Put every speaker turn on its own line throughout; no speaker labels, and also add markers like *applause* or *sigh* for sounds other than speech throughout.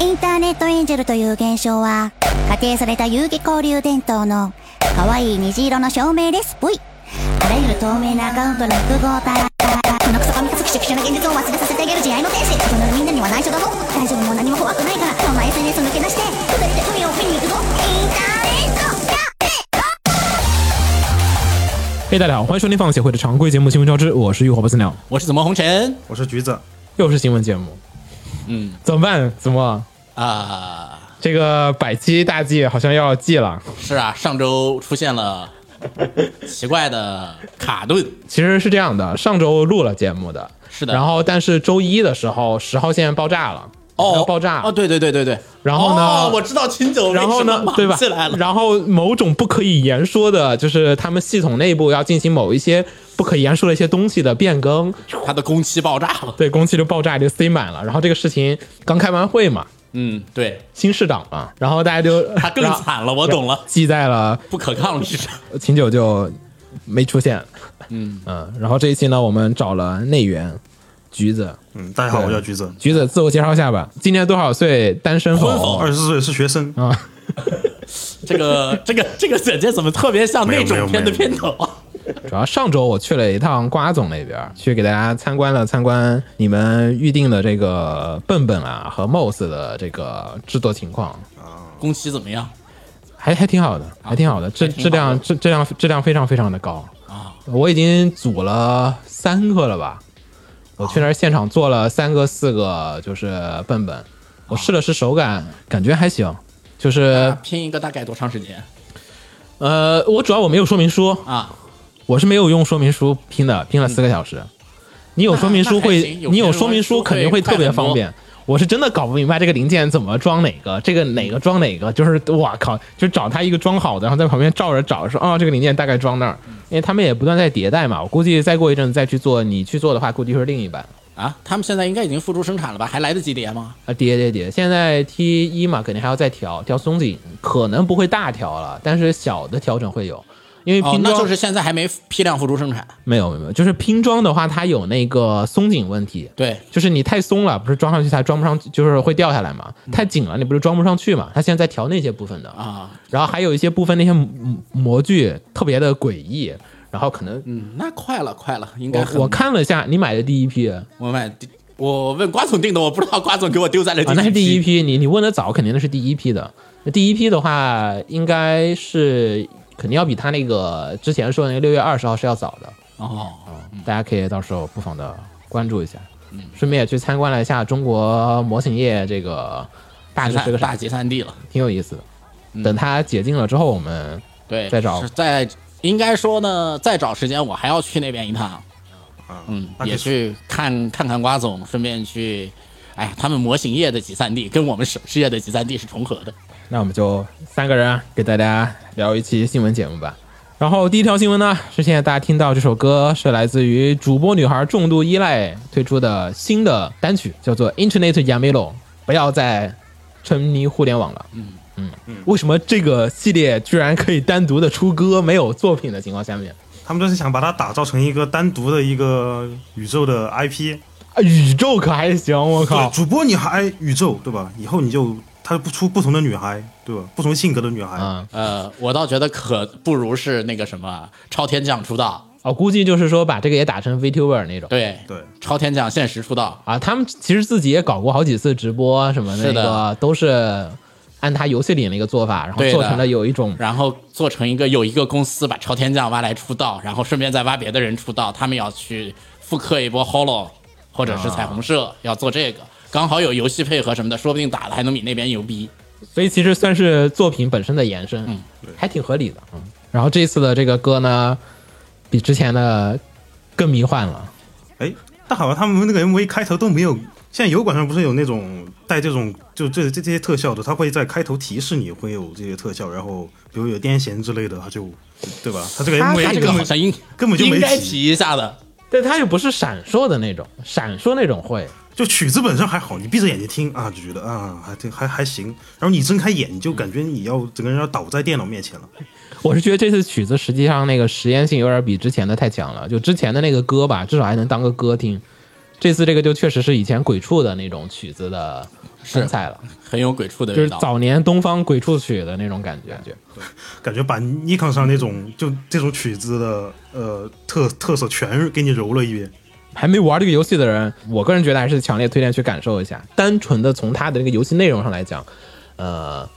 インターネットエンジェルという現象は、仮定された遊戯交流伝統の、可愛い虹色の照明です、ぽい。あらゆる透明なアカウントの複合体。このクソカミカツキショクショの現実を忘れさせてあげる慈愛の天使。大人のみんなには内緒だぞ。大丈夫もう何も怖くないから、この SNS 抜け出して、二人で海を見に行くぞ。インターネットやって
嘿、大家好，欢迎收听放协会的常规节目《新闻招知》，我是浴火不死鸟，
我是怎么红尘
我是橘子，
又是新闻节目，
嗯
怎么办？怎么
啊、
这个百期大计好像要记了？
是啊，上周出现
*laughs*
了奇怪的卡顿，
其实是这样的，上周录了节目的，
是的
然后但是周一的时候，十号线爆炸了，
哦，
爆炸，
哦，对对对对对，
然后呢
哦、我知道秦九为
然后
什
呢
么，
对吧
忙起
*laughs*
来？了，
然后某种不可以言说的，就是他们系统内部要进行某一些不可言说的一些东西的变更，
他的工期爆炸了，
对，工期就爆炸就塞满了。然后这个事情刚开完会嘛，
嗯，对
新市长嘛，然后大家就
他更
然后
惨了，我懂了，
记在了
不可抗力上，
秦九就没出现。嗯然后这一期呢，我们找了内援橘子，
嗯，大家好，
对
我叫橘子，
橘子自我介绍一下吧，今年多少岁？单身
婚
否？
否
二十四岁是学生，
这个 *laughs* 这个这个简介怎么特别像
没有
那种
没
片的
有没有
片头啊？
主要上周我去了一趟瓜总那边，去给大家参观了参观你们预定的这个笨笨啊和 Moss 的这个制作情况，
工期怎么样？
还还挺好的，还挺好的，质
啊还挺好
质
的
量质质量质量非常非常的高
啊！
我已经组了三个了吧，我去那
啊
儿现场做了三个四个，就是笨笨，
啊
我试了试手感，感觉还行，就是
拼一个大概多长时间
呃，我主要我没有说明书，
啊？
我是没有用说明书拼的，拼了四个小时。你有说明书
那那还
会
行，有
你有
拼
说明书
完
肯定会
会快
特别
很多
方便。我是真的搞不明白这个零件怎么装哪个，这个哪个装哪个，就是哇靠，就找他一个装好的，然后在旁边照着找，说哦这个零件大概装那儿，因为他们也不断在迭代嘛，我估计再过一阵子再去做，你去做的话，估计会是另一版
啊，他们现在应该已经付诸生产了吧？还来得及叠吗？
啊叠叠叠。现在 T 一嘛，肯定还要再调调松紧，可能不会大调了，但是小的调整会有，因为
哦，
拼
那
装
就是现在还没批量付诸生产。
没有没有没有，就是拼装的话，它有那个松紧问题，
对，
就是你太松了，不是装上去它装不上，就是会掉下来嘛。太紧了，你不是装不上去嘛？它现在在调那些部分的啊。
啊，
然后还有一些部分那些模模具特别的诡异，然后可能
嗯，那快了，快了，应该很
我我看了一下，你买的第一批啊，
我买第，我问瓜总订的，我不知道瓜总给我丢在了第、
啊那是第一。批，你你问的早，肯定那是第一批的。那第一批的话，应该是肯定要比他那个之前说的那个六月二十号是要早的。
哦，
大家可以到时候不妨的关注一下。顺便也去参观了一下中国模型业这个大致是个
大
啥，
集散地了。
挺有意思的。等它解禁了之后，我们
对，
再找
是在应该说呢，再找时间我还要去那边一趟，
啊，
嗯，
那
也
就
去看看看瓜总，顺便去。哎呀，他们模型业的集散地跟我们手事业的集散地是重合的。
那我们就三个人啊给大家聊一期新闻节目吧。然后第一条新闻呢，是现在大家听到这首歌是来自于主播女孩重度依赖推出的新的单曲，叫做《Internet Yamelo》，不要再沉迷互联网了。嗯嗯，为什么这个系列居然可以单独的出歌，没有作品的情况下面，
他们就是想把它打造成一个单独的一个宇宙的 IP，
啊宇宙可还行？我
对，
靠！
主播女孩宇宙对吧？以后你就他不出不同的女孩对吧？不同性格的女孩，
啊、
呃，我倒觉得可不如是那个什么超天降出道，
我哦估计就是说把这个也打成 VTuber 那种。
对，
对，
超天降限时出道，
啊，他们其实自己也搞过好几次直播，啊什么那
是的
个都是按他游戏里那个做法，然后
对的
做成了有一种
然后做成一个有一个公司把朝天将挖来出道，然后顺便再挖别的人出道，他们要去复刻一波 Hollow 或者是彩虹社，
啊
要做这个，刚好有游戏配合什么的，说不定打的还能比那边牛逼。
所以其实算是作品本身的延伸，
嗯
还挺合理的。嗯，然后这次的这个歌呢，比之前的更迷幻了。
哎，但好像他们那个 MV 开头都没有现在油管上不是有那种带这种就这这这些特效的，它会在开头提示你会有这些特效，然后比如有癫痫之类的，它就对吧？它这个
它
MV
他这个
根
好
本
像应
根本就没
应该
提
提一下的，
但它又不是闪烁的那种，闪烁那种会，
就曲子本身还好，你闭着眼睛听啊，就觉得啊还挺还还行。然后你睁开眼，你就感觉你要整个人要倒在电脑面前了。
我是觉得这次曲子实际上那个实验性有点比之前的太强了，就之前的那个歌吧，至少还能当个歌听。这次这个就确实是以前鬼畜的那种曲子的风采了，
很有鬼畜的
就是
味道。
早年东方鬼畜曲的那种感觉。
感觉把 Nikon 上那种就这种曲子的呃特特色全给你揉了一遍。
还没玩这个游戏的人，我个人觉得还是强烈推荐去感受一下。单纯的从它的那个游戏内容上来讲，呃，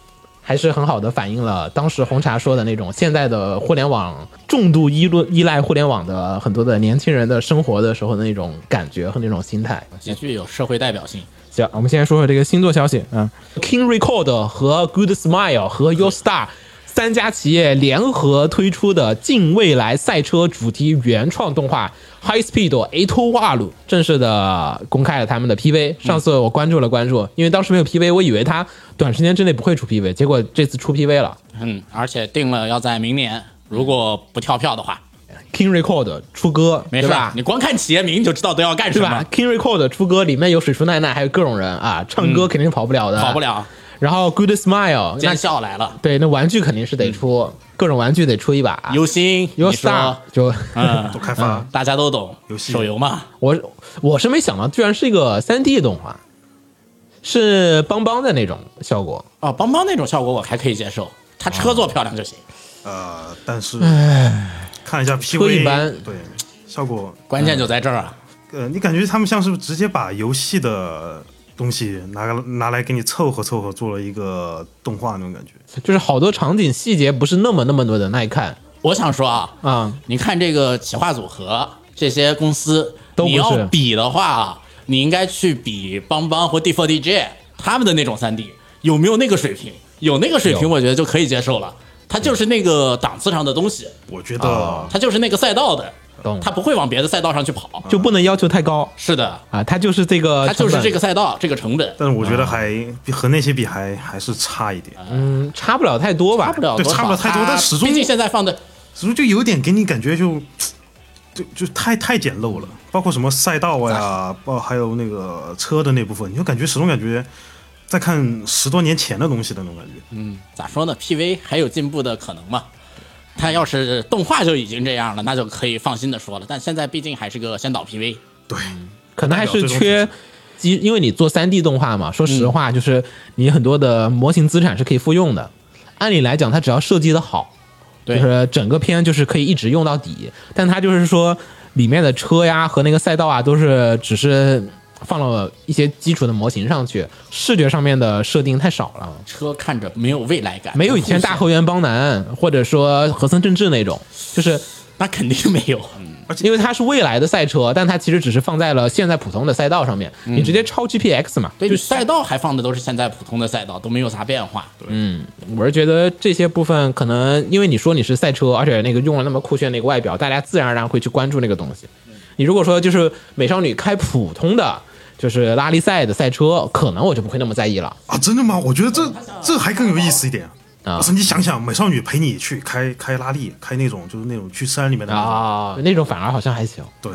还是很好的反映了当时红茶说的那种现在的互联网重度依论依赖互联网的很多的年轻人的生活的时候的那种感觉和那种心态。
极具有社会代表性。
行，我们先说说这个星座消息啊、k i n g Record 和 Good Smile 和 Your Star 三家企业联合推出的近未来赛车主题原创动画《High Speed A t o w a l 正式的公开了他们的 PV。上次我关注了关注，因为当时没有 PV，我以为它短时间之内不会出 PV，结果这次出 PV 了。
嗯，而且定了要在明年，如果不跳票的话，
King Record 出歌，
没事
对吧
儿，？你光看企业名你就知道都要干什
对吧
么，
？King Record 出歌里面有水树奈奈，还有各种人啊，唱歌肯定是跑不了的，
嗯跑不。
啊
了。
然后 Good Smile 那
见笑来了，
对，那玩具肯定是得出，各种玩具得出一把。
忧心，
有
嗯你说
star，就、
嗯
都，开发、
大家都懂
*laughs* 游，戏
手游嘛，
我我是没想到，居然是一个三 D 动画，是邦邦的那种效果。
哦，邦邦那种效果我还可以接受，他车做漂亮就行，
呃，但是看一下
车一
PV，
般
对效果
关键就在这儿啊。
呃，你感觉他们像是直接把游戏的东西拿拿来给你凑合凑合做了一个动画那种感觉。
就是好多场景细节不是那么那么多的耐看
我想说啊，
啊、
嗯
你看这个企划组合这些公司，
都不
你
是
要比的话啊，你应该去比邦邦或 D4 DJ 他们的那种三 D 有没有那个水平？有那个水平，
有
我觉得就可以接受了。它就是那个档次上的东西，
我觉得、
哦
它就是那个赛道的
懂，
它不会往别的赛道上去跑。
嗯
就不能要求太高
是的，
啊。它就是这个
啊
呃
它
成本，
就是这个赛道，这个成本
但是我觉得还、比和那些比还还是差一点，
嗯，差不了太多吧。
差不了
对
多少，
差不了太多
它
但始终
毕竟现在放的
怎么就有点给你感觉就就就太太简陋了。包括什么赛道呀，包还有那个车的那部分，你就感觉始终感觉在看十多年前的东西的那种感觉。
咋说呢？PV 还有进步的可能嘛？它要是动画就已经这样了，那就可以放心的说了。但现在毕竟还是个先导 PV，
对，
可能还是
代表这
缺
种
基，因为你做三 D 动画嘛，说
嗯
实话，就是你很多的模型资产是可以复用的。按理来讲，它只要设计的好，就
对
是整个片就是可以一直用到底。但它就是说里面的车呀和那个赛道啊，都是只是放了一些基础的模型上去，视觉上面的设定太少了。
车看着没有未来感，
没有以前大
后，
河原邦男或者说和森正治那种，就是
那肯定没有。
因为它是未来的赛车，但它其实只是放在了现在普通的赛道上面，你直接超 GPX 嘛，
对，赛道还放的都是现在普通的赛道，都没有啥变化。嗯
我是觉得这些部分可能因为你说你是赛车，而且那个用了那么酷炫的一个外表，大家自然而然会去关注那个东西。你如果说就是美少女开普通的，就是拉力赛的赛车，可能我就不会那么在意了。
啊，真的吗？我觉得这这还更有意思一点
啊
我说你想想，美少女陪你去开开拉力，开那种就是那种去山里面的那种，
啊，那种反而好像还行。
对，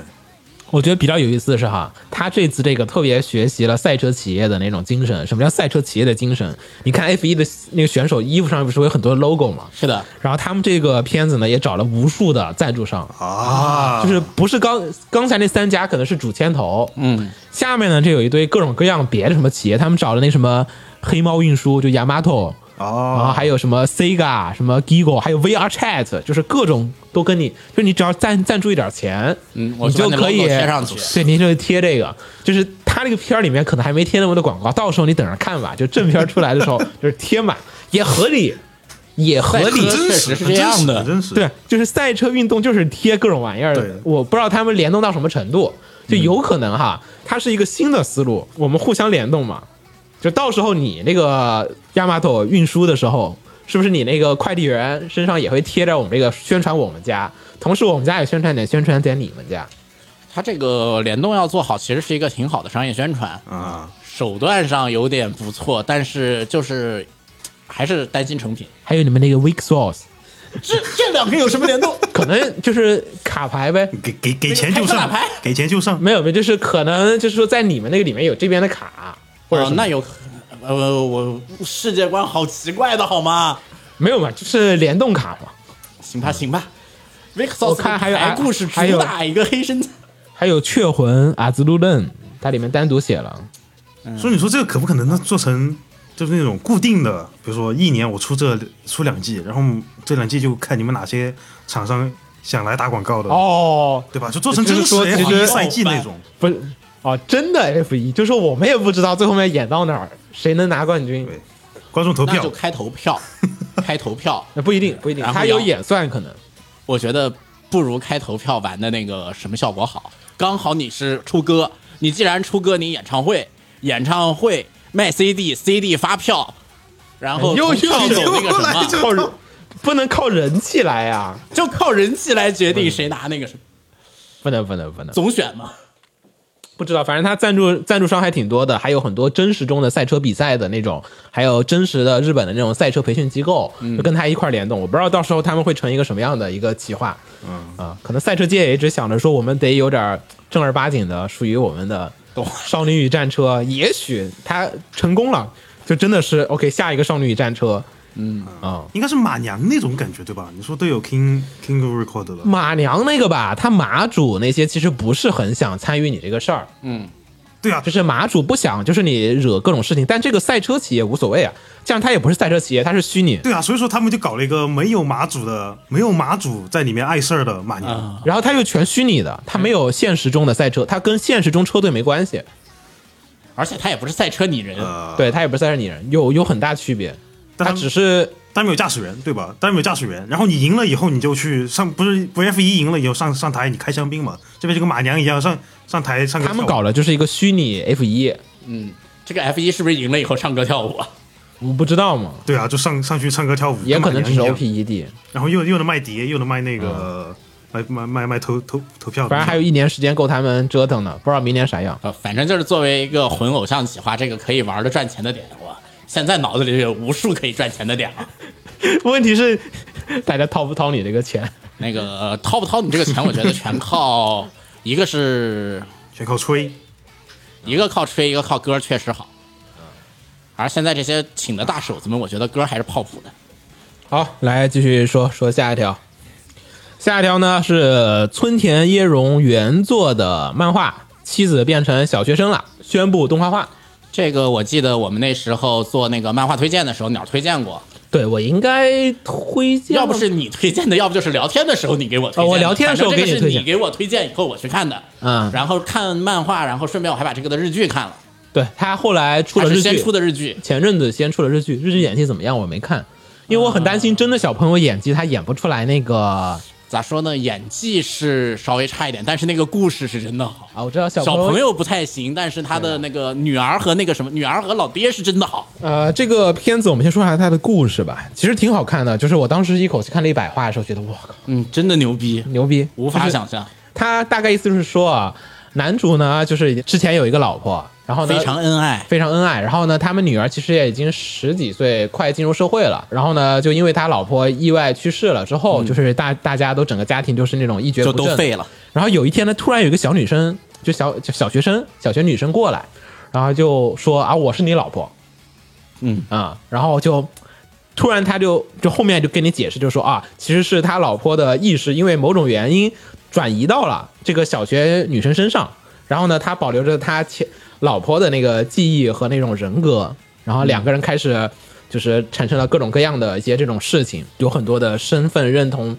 我觉得比较有意思的是哈，他这次这个特别学习了赛车企业的那种精神。什么叫赛车企业的精神？你看 F 一的那个选手衣服上面不是会有很多 logo 吗？
是的，
然后他们这个片子呢，也找了无数的赞助商，
啊，
就是不是刚刚才那三家可能是主牵头，
嗯，
下面呢这有一堆各种各样别的什么企业，他们找了那什么黑猫运输，就 Yamato，然
哦
后
啊，
还有什么 Sega、什么 Gigo，还有 VR Chat，就是各种都跟你，就是你只要赞赞助一点钱，
嗯我
你就
就把那
可以
logo 贴上去
对，你就贴这个，就是他那个片儿里面可能还没贴那么多广告，到时候你等着看吧，就正片出来的时候 *laughs* 就是贴满，也合理，也合
在
理
车。
真
确
实
实是这样的
很真实，
对，就是赛车运动就是贴各种玩意儿的
对，
我不知道他们联动到什么程度，就有可能哈，它是一个新的思路，我们互相联动嘛。就到时候你那个亚马头运输的时候，是不是你那个快递员身上也会贴着我们这个宣传我们家，同时我们家也宣传点宣传点你们家，
它这个联动要做好，其实是一个挺好的商业宣传，
啊，
手段上有点不错，但是就是还是担心成品。
还有你们那个 weak sauce，
*laughs* 这这两个有什么联动？
可能就是卡牌呗，
给给给钱就
那个开
上
车打牌，
给钱就上。
没有没有，就是可能就是说在你们那个里面有这边的卡，或者
*laughs* 哦
什，么
那有可，呃，我世界观好奇怪的好吗？
没有嘛，就是联动卡嘛，
行吧，行吧。维克
嗯我看还有啊
白故事
还有
主打一个黑身材，
还有雀魂阿兹鲁嫩，它里面单独写了，
所以你说这个可不可能那做成就是那种固定的，比如说一年我出这出两季，然后这两季就看你们哪些厂商想来打广告的，
哦，
对吧？就做成
就
真
是
实
说其实
F 一赛季那种。
不是哦，真的 F 一，就是我们也不知道最后面演到哪儿，谁能拿冠军，
对观众投
那
票
就，开投票，开投票。
那不一定不一定，
然后
它有
要
演算可能，
我觉得不如开投票玩的那个什么效果好。刚好你是出歌，你既然出歌，你演唱会，演唱会卖 CD，CD 发票，然后
又
投票
哎又
走那个什么，
靠人不能靠人气来啊，
就靠人气来决
嗯
定谁拿那个什么
不能不能不能，
总选嘛。
不知道，反正他赞助赞助商还挺多的，还有很多真实中的赛车比赛的那种，还有真实的日本的那种赛车培训机构，就跟他一块儿联动。我不知道到时候他们会成一个什么样的一个企划，嗯啊，可能赛车界也一直想着说，我们得有点儿正儿八经的，属于我们的
懂
少女与战车。也许他成功了，就真的是 OK 下一个少女与战车，嗯啊。
应该是马娘那种感觉对吧？你说都有 King King of Record 了，
马娘那个吧，他马主那些其实不是很想参与你这个事儿，
对啊
就，是马主不想，就是你惹各种事情，但这个赛车企业无所谓啊，这样它也不是赛车企业，它是虚拟，
对啊，所以说他们就搞了一个没有马主的，没有马主在里面碍事儿的马娘。
然后它又全虚拟的，它没有现实中的赛车，它跟现实中车队没关系，
啊
而且他也不是赛车拟人，
呃
对，它也不是赛车拟人，有有很大区别，
但
它
它
只是
单没有驾驶员，对吧？单没有驾驶员，然后你赢了以后，你就去上，不是不 F 一赢了以后上上台，你开香槟嘛？这边就跟马娘一样上上台唱歌
他
跳
们
舞。
搞了就是一个虚拟 F 一，
这个 F 一是不是赢了以后唱歌跳舞啊？
我不知道嘛，
对啊，就上上去唱歌跳舞，
也
跟马
可能只是 E
娘一样
OPED，
然后又又能卖碟，又能卖那个、卖卖卖卖投投投票的，
嗯反正还有一年时间够他们折腾的，不知道明年啥样。
*laughs*
呃，反正就是作为一个混偶像企划，这个可以玩的赚钱的点，我现在脑子里就有无数可以赚钱的点啊了。
问题是大家掏不掏你这个钱？
*laughs* 那个呃掏不掏你这个钱，我觉得全靠一个是
全靠吹。
一个靠吹，一个靠歌，确实好。而现在这些请的大手子们，我觉得歌还是靠谱的。
好，来继续说说下一条。下一条呢是村田耶荣原作的漫画，妻子变成小学生了，宣布动画化。
这个我记得我们那时候做那个漫画推荐的时候，鸟推荐过，
对我应该推荐吗，
要不是你推荐的，要不就是聊天的时候你给我推荐
哦
的。
我聊天的时候
反正这
给
个
你推
是
荐
你给我推荐以后我去看的，
嗯
然后看漫画，然后顺便我还把这个的日剧看了，
对他后来出
还
了
是
日
先
剧
出，的日剧。
前阵子先出了日剧，日剧演技怎么样我没看，因为我很担心真的小朋友演技他演不出来那个啊，
咋说呢？演技是稍微差一点，但是那个故事是真的好。
啊我知道小
小
朋啊
朋友不太行，但是他的那个女儿和那个什么女儿和老爹是真的好。
呃，这个片子我们先说一下它的故事吧，其实挺好看的，就是我当时一口气看了一百话的时候，觉得我靠
嗯，真的牛逼，
牛逼，
无
就
法
是
想象，
他大概意思就是说啊，男主呢就是之前有一个老婆，然后呢
非常恩爱。
非常恩爱，然后呢他们女儿其实也已经十几岁，快进入社会了，然后呢就因为他老婆意外去世了之
嗯
后，就是大大家都整个家庭就是那种一蹶
就
不振，
都废了。
然后有一天呢，突然有一个小女生，就小就小学生、小学女生过来，然后就说啊，我是你老婆，
嗯
啊，然后就突然他就就后面就跟你解释，就说啊，其实是他老婆的意识因为某种原因转移到了这个小学女生身上，然后呢，他保留着他前老婆的那个记忆和那种人格，然后两个人开始就是产生了各种各样的一些这种事情，有很多的身份认同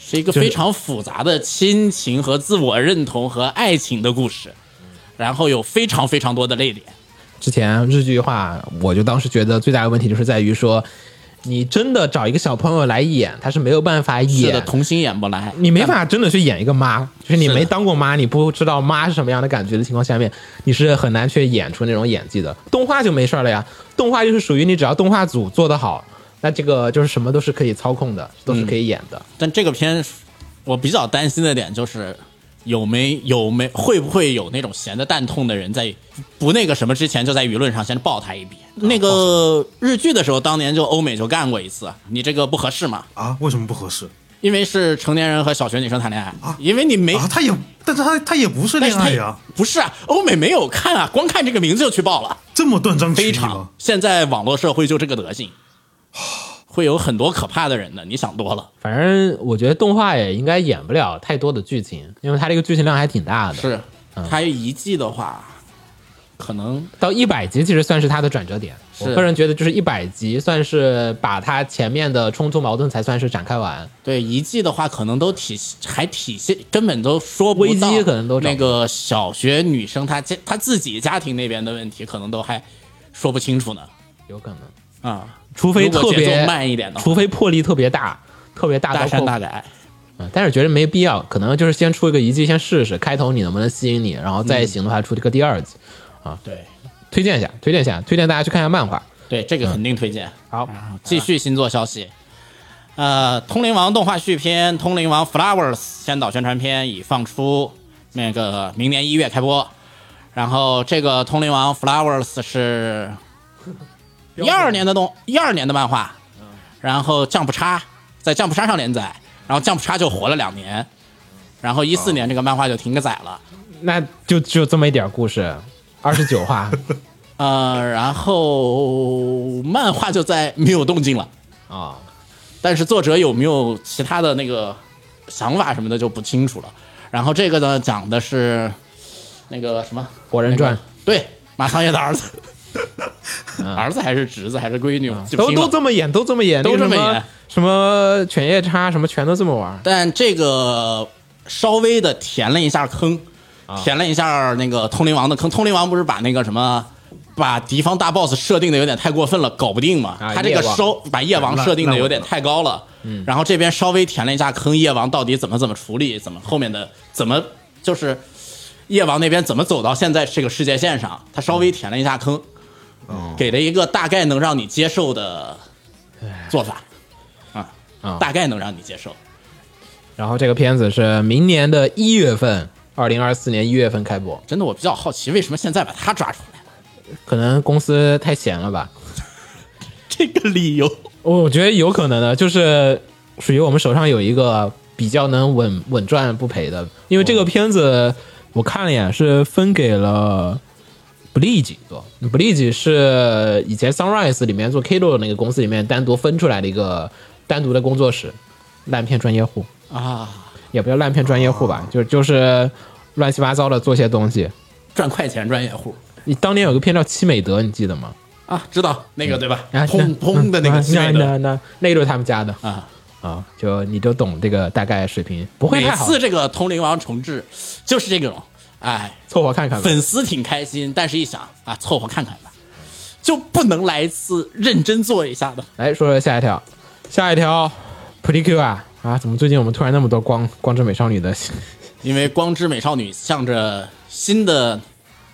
是一个
就是
非常复杂的亲情和自我认同和爱情的故事，然后有非常非常多的泪点。
之前日剧化，我就当时觉得最大的问题就是在于说，你真的找一个小朋友来演，他是没有办法
是的，
演，
童星演不来，
你没法真的去演一个妈，就是你
是的
没当过妈，你不知道妈是什么样的感觉的情况下面，你是很难去演出那种演技的。动画就没事儿了呀，动画就是属于你只要动画组做得好，那这个就是什么都是嗯可以操控的，都是可以演的。
但这个片我比较担心的点就是，有没有没会不会有那种闲的蛋痛的人在不那个什么之前就在舆论上先爆他一笔？那个日剧的时候，当年就欧美就干过一次，你这个不合适嘛？
啊，为什么不合适
*laughs* 因为是成年人和小学女生谈恋爱，
啊
因为你没
啊？他也，但是他他也不是
但是
恋
他
爱
也
呀、
不是啊，欧美没有看啊，光看这个名字就去报了，
这么断章取
非
义
常
吗。？
现在网络社会就这个德 *sighs* 性，会有很多可怕的人的，你想多了。
反正我觉得动画也应该演不了太多的剧情，因为它这个剧情量还挺大的。
是，他一季的话，可能
到一百集其实算是它的转折点。
是
我个人觉得，就是一百集算是把它前面的冲突矛盾才算是展开完。
对一季的话，可能都体还体现，根本都说不
危机
到
可能都找
那
不
个小学女生她家她自己家庭那边的问题，可能都还说不清楚呢。
有可能，
啊，
除非
如果
特
节
别
奏慢一点的话，
除非魄力特别大，特别大
哦大
到
山
破
大改。
嗯，但是觉得没必要，可能就是先出一个一季，先试试开头你能不能吸引你，然后
嗯
再行的话出这个第二季，
对
推荐一下，推荐一下，推荐大家去看一下漫画。
对，这个肯定推荐。
好，
继续新作消息，呃，《通灵王》动画续篇《通灵王 Flowers》先导宣传片已放出，那个明年一月开播。然后这个《通灵王 Flowers》是一二年的动一二年的漫画，然后 Jump 叉在 Jump 叉上连载，然后 Jump 叉就活了两年，然后一四年这个漫画就停个载了。
那就只有这么一点故事，二十九
*laughs*
话
呃，然后漫画就在没有动静了。
啊，
但是作者有没有其他的那个想法什么的就不清楚了。然后这个呢，讲的是那个什么
《火人传》
对马苍爷的儿子， *laughs* 儿子还是侄子还是闺女，我记不
都
清
嗯都
了。
这么演，都这么演，
都
那个
这么
什
演，
什么犬夜叉什么全都这么玩。
但这个稍微的填了一下坑，
啊
填了一下那个通灵王的坑。通灵王不是把那个什么。把敌方大 boss 设定的有点太过分了，搞不定嘛。
啊
他这个
夜王
稍把夜王设定的有点太高了，
嗯
然后这边稍微填了一下坑，夜王到底怎么怎么处理，怎么后面的怎么就是夜王那边怎么走到现在这个世界线上，他稍微填了一下坑，
嗯哦
给了一个大概能让你接受的做法，啊，
啊
大概能让你接受。
然后这个片子是明年的一月份，二零二四年一月份开播，
真的，我比较好奇，为什么现在把他抓出来？
可能公司太闲了吧。
这个理由
我觉得有可能的，就是属于我们手上有一个比较能稳稳赚不赔的，因为这个片子我看了一眼，是分给了 Bleach 做，Bleach 是以前 Sunrise 里面做 Kilo 那个公司里面单独分出来的一个单独的工作室，烂片专业户，
啊，
也不叫烂片专业户吧，就就是乱七八糟的做些东西。
赚快钱专业户
你当年有个片叫《七美德》，你记得吗？
啊，知道那个对吧？
啊
砰
那
砰嗯的那个气
那
味
那那
的
那那个就是他们家的
啊，
啊，就你就懂这个大概水平，不会
每
太好
次，这个通灵王重置就是这种，哎，
凑合看看吧。
粉丝挺开心，但是一想啊，凑合看看吧，就不能来一次认真做一下的
来说说下一条，下一条 p r e Q 啊啊，怎么最近我们突然那么多光光之美少女的
因为《光之美少女》向着新的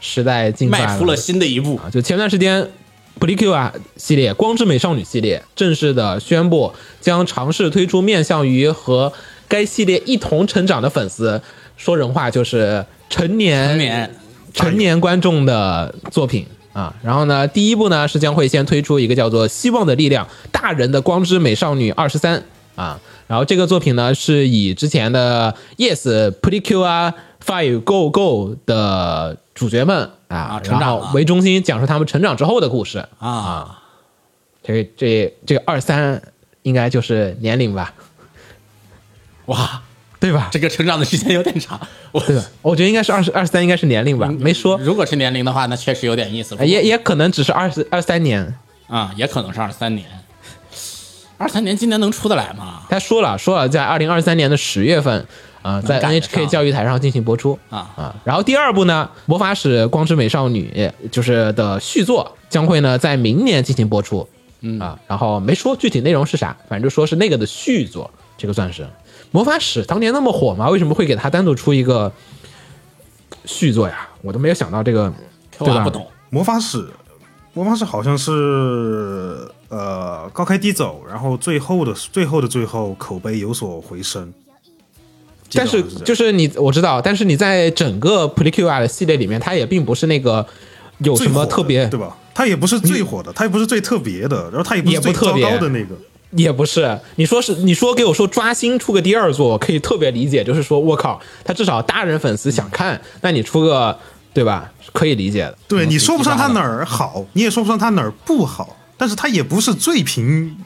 时代进发
迈出了新的一步，
啊！就前段时间 p r e Q 啊系列《光之美少女》系列正式的宣布，将尝试推出面向于和该系列一同成长的粉丝，说人话就是成年
成年
成年观众的作品啊。然后呢，第一部呢是将会先推出一个叫做《希望的力量：大人的光之美少女二十三》啊。然后这个作品呢是以之前的 Yes、Pretty Q 啊、Five Go Go 的主角们啊
啊，成
然
长
后
了
为中心，讲述他们成长之后的故事。
啊，
这这这个二三应该就是年龄吧，
哇，
对吧？
这个成长的时间有点长，我
对吧？我觉得应该是二十二三，应该是年龄吧，没说。
如果是年龄的话，那确实有点意思。
哎也也可能只是二十二三年，
啊、也可能是二三年。二三年今年能出得来吗？
他说了说了，在二零二三年的十月份啊、在
赶得上
NHK 教育台上进行播出
啊
啊。然后第二部呢，《魔法使光之美少女》也就是的续作将会呢在明年进行播出，嗯啊，然后没说具体内容是啥，反正就说是那个的续作，这个算是魔法使当年那么火嘛，为什么会给他单独出一个续作呀？我都没有想到这个，
可
对吧？
我还不懂。
魔法使，魔法使好像是呃高开低走，然后最后的最后的最后口碑有所回升，基
但
本上
是
是这样
就是你我知道，但是你在整个 p r e q u a 的系列里面，它也并不是那个有
最
什么
火的
特别，
对吧？它也不是最火的，它也不是最特别的，然后它也不
也
是
不
最
特
糟
别
糕的那个。
也不是。你说是你说给我说抓星出个第二座，我可以特别理解，就是说我靠，他至少大人粉丝想看，那你出个对吧，是可以理解的。
对你说不上它
挺
哪儿
嗯
好，你也说不上它哪儿不好，但是它也不是最平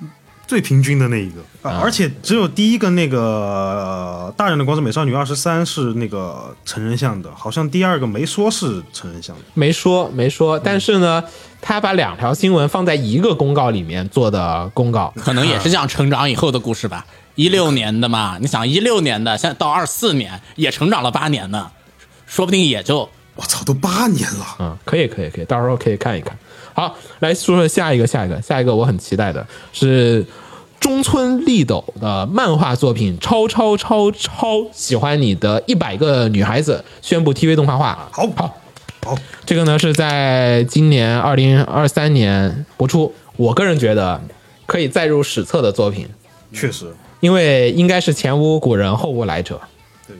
最平均的那一个
嗯
啊。而且只有第一个那个、呃大人的《光之美少女二十三》是那个成人向的，好像第二个没说是成人向的。
没说没说，但是呢，他把两条新闻放在一个公告里面做的公告，
可能也是像成长以后的故事吧。一六年的嘛，你想一六年的，现在到二四年也成长了八年呢，说不定也就
我操，都八年了，
嗯，可以，可以，可以，到时候可以看一看。好，来说说下一个，下一个，下一个，我很期待的是中村丽斗的漫画作品《超超超超喜欢你的一百个女孩子》宣布 TV 动画化。
好
好，
好，
这个呢是在今年二零二三年播出。我个人觉得可以载入史册的作品，
确实，
因为应该是前无古人后无来者。
对，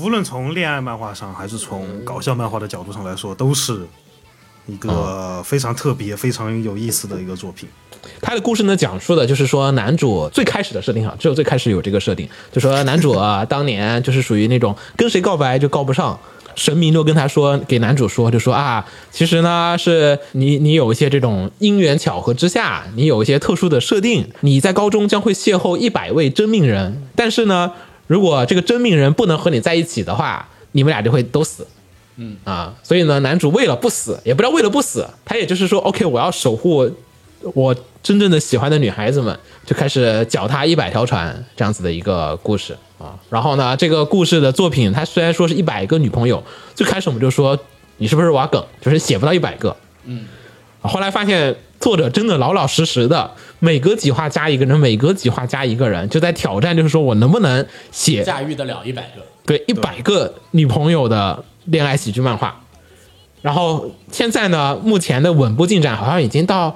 无论从恋爱漫画上还是从搞笑漫画的角度上来说，都是一个非常特别、非常有意思的一个作品。
他的故事呢，讲述的就是说，男主最开始的设定啊，只有最开始有这个设定，就说男主啊，当年就是属于那种跟谁告白就告不上，神明都跟他说，给男主说，就说啊，其实呢是你 *laughs* 你有一些这种因缘巧合之下，你有一些特殊的设定，你在高中将会邂逅一百位真命人，但是呢，如果这个真命人不能和你在一起的话，你们俩就会都死。啊，所以呢，男主为了不死，也不知道为了不死，他也就是说，OK，我要守护我真正的喜欢的女孩子们，就开始脚踏一百条船这样子的一个故事啊。然后呢，这个故事的作品，它虽然说是一百个女朋友，最开始我们就说你是不是挖梗，就是写不到一百个，嗯，后来发现。作者真的老老实实的，每隔几话加一个人，每隔几话加一个人，就在挑战，就是说我能不能写
驾驭得了一百个。
对，一百个女朋友的恋爱喜剧漫画。然后现在呢，目前的稳步进展好像已经到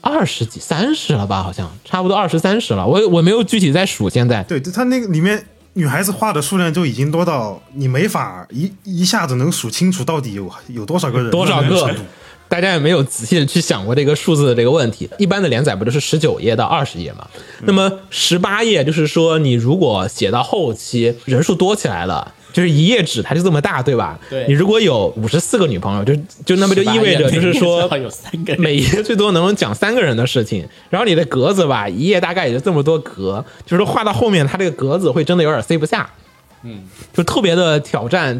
二十几、三十了吧，好像差不多二十三十了。我我没有具体在数，现在
对，就它那个里面女孩子画的数量就已经多到你没法一一下子能数清楚到底有有多少个人
多少
那种
个
程度，
大家也没有仔细的去想过这个数字的这个问题。一般的连载不就是十九页到二十页嘛？那么十八页就是说，你如果写到后期人数多起来了。就是一页纸，它就这么大，对吧？
对
你如果有五十四个女朋友，就就那么就意味着就是说，
有三
*laughs*
个人
每一页最多能讲三个人的事情，然后你的格子吧，一页大概也就这么多格，就是画到后面，它这个格子会真的有点塞不下，嗯，就特别的挑战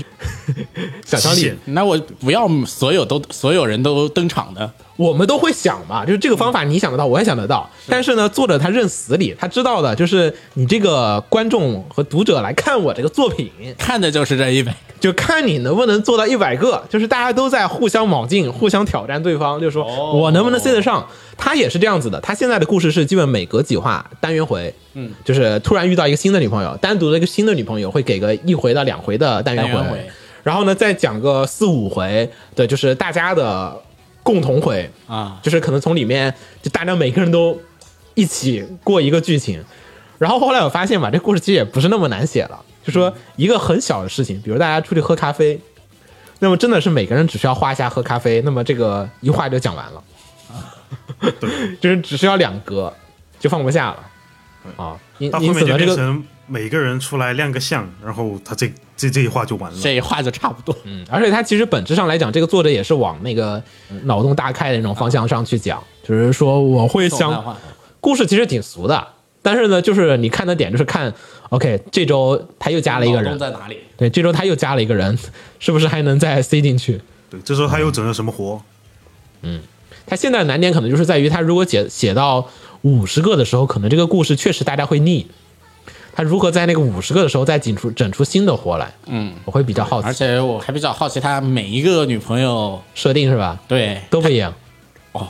*laughs* 想象
极
力
限。
那我不要所有都所有人都登场的，
我们都会想嘛，就是这个方法你想得到，我也想得到。但是呢，作者他认死理，他知道的就是你这个观众和读者来看我这个作品，
看的就是这一百。
就看你能不能做到一百个，就是大家都在互相卯劲、互相挑战对方，就是说
哦
我能不能塞得上。他也是这样子的，他现在的故事是基本每隔几话单元回，嗯，就是突然遇到一个新的女朋友，单独的一个新的女朋友会给个一回到两回的单元回，
单元回
然后呢再讲个四五回的，就是大家的共同回
啊
就是可能从里面就大家每个人都一起过一个剧情。然后后来我发现吧，这故事其实也不是那么难写了，就说一个很小的事情，比如大家出去喝咖啡，那么真的是每个人只需要画一下喝咖啡，那么这个一画就讲完了， *laughs* 就是只需要两格就放不下了啊。因
到后
因此
面
呢，
就
这个
变成每个人出来亮个相，然后他这这这一话就完了。
这一话就差不多。
嗯
而且他其实本质上来讲，这个作者也是往那个脑洞大开的那种方向上去讲，
嗯
就是说我会
这种
想
漫画
故事其实挺俗的，但是呢，就是你看的点就是看，OK，这周他又加了一个
脑洞
人，
在哪里？
对，这周他又加了一个人，是不是还能再塞进去？
对，这时候他又整了什么活？
他现在的难点可能就是在于，他如果写写到五十个的时候，可能这个故事确实大家会腻。他如何在那个五十个的时候再整出整出新的活来？嗯，我会比较好
而
奇。
且我还比较好奇，他每一个女朋友
设定是吧？
对
都不一样，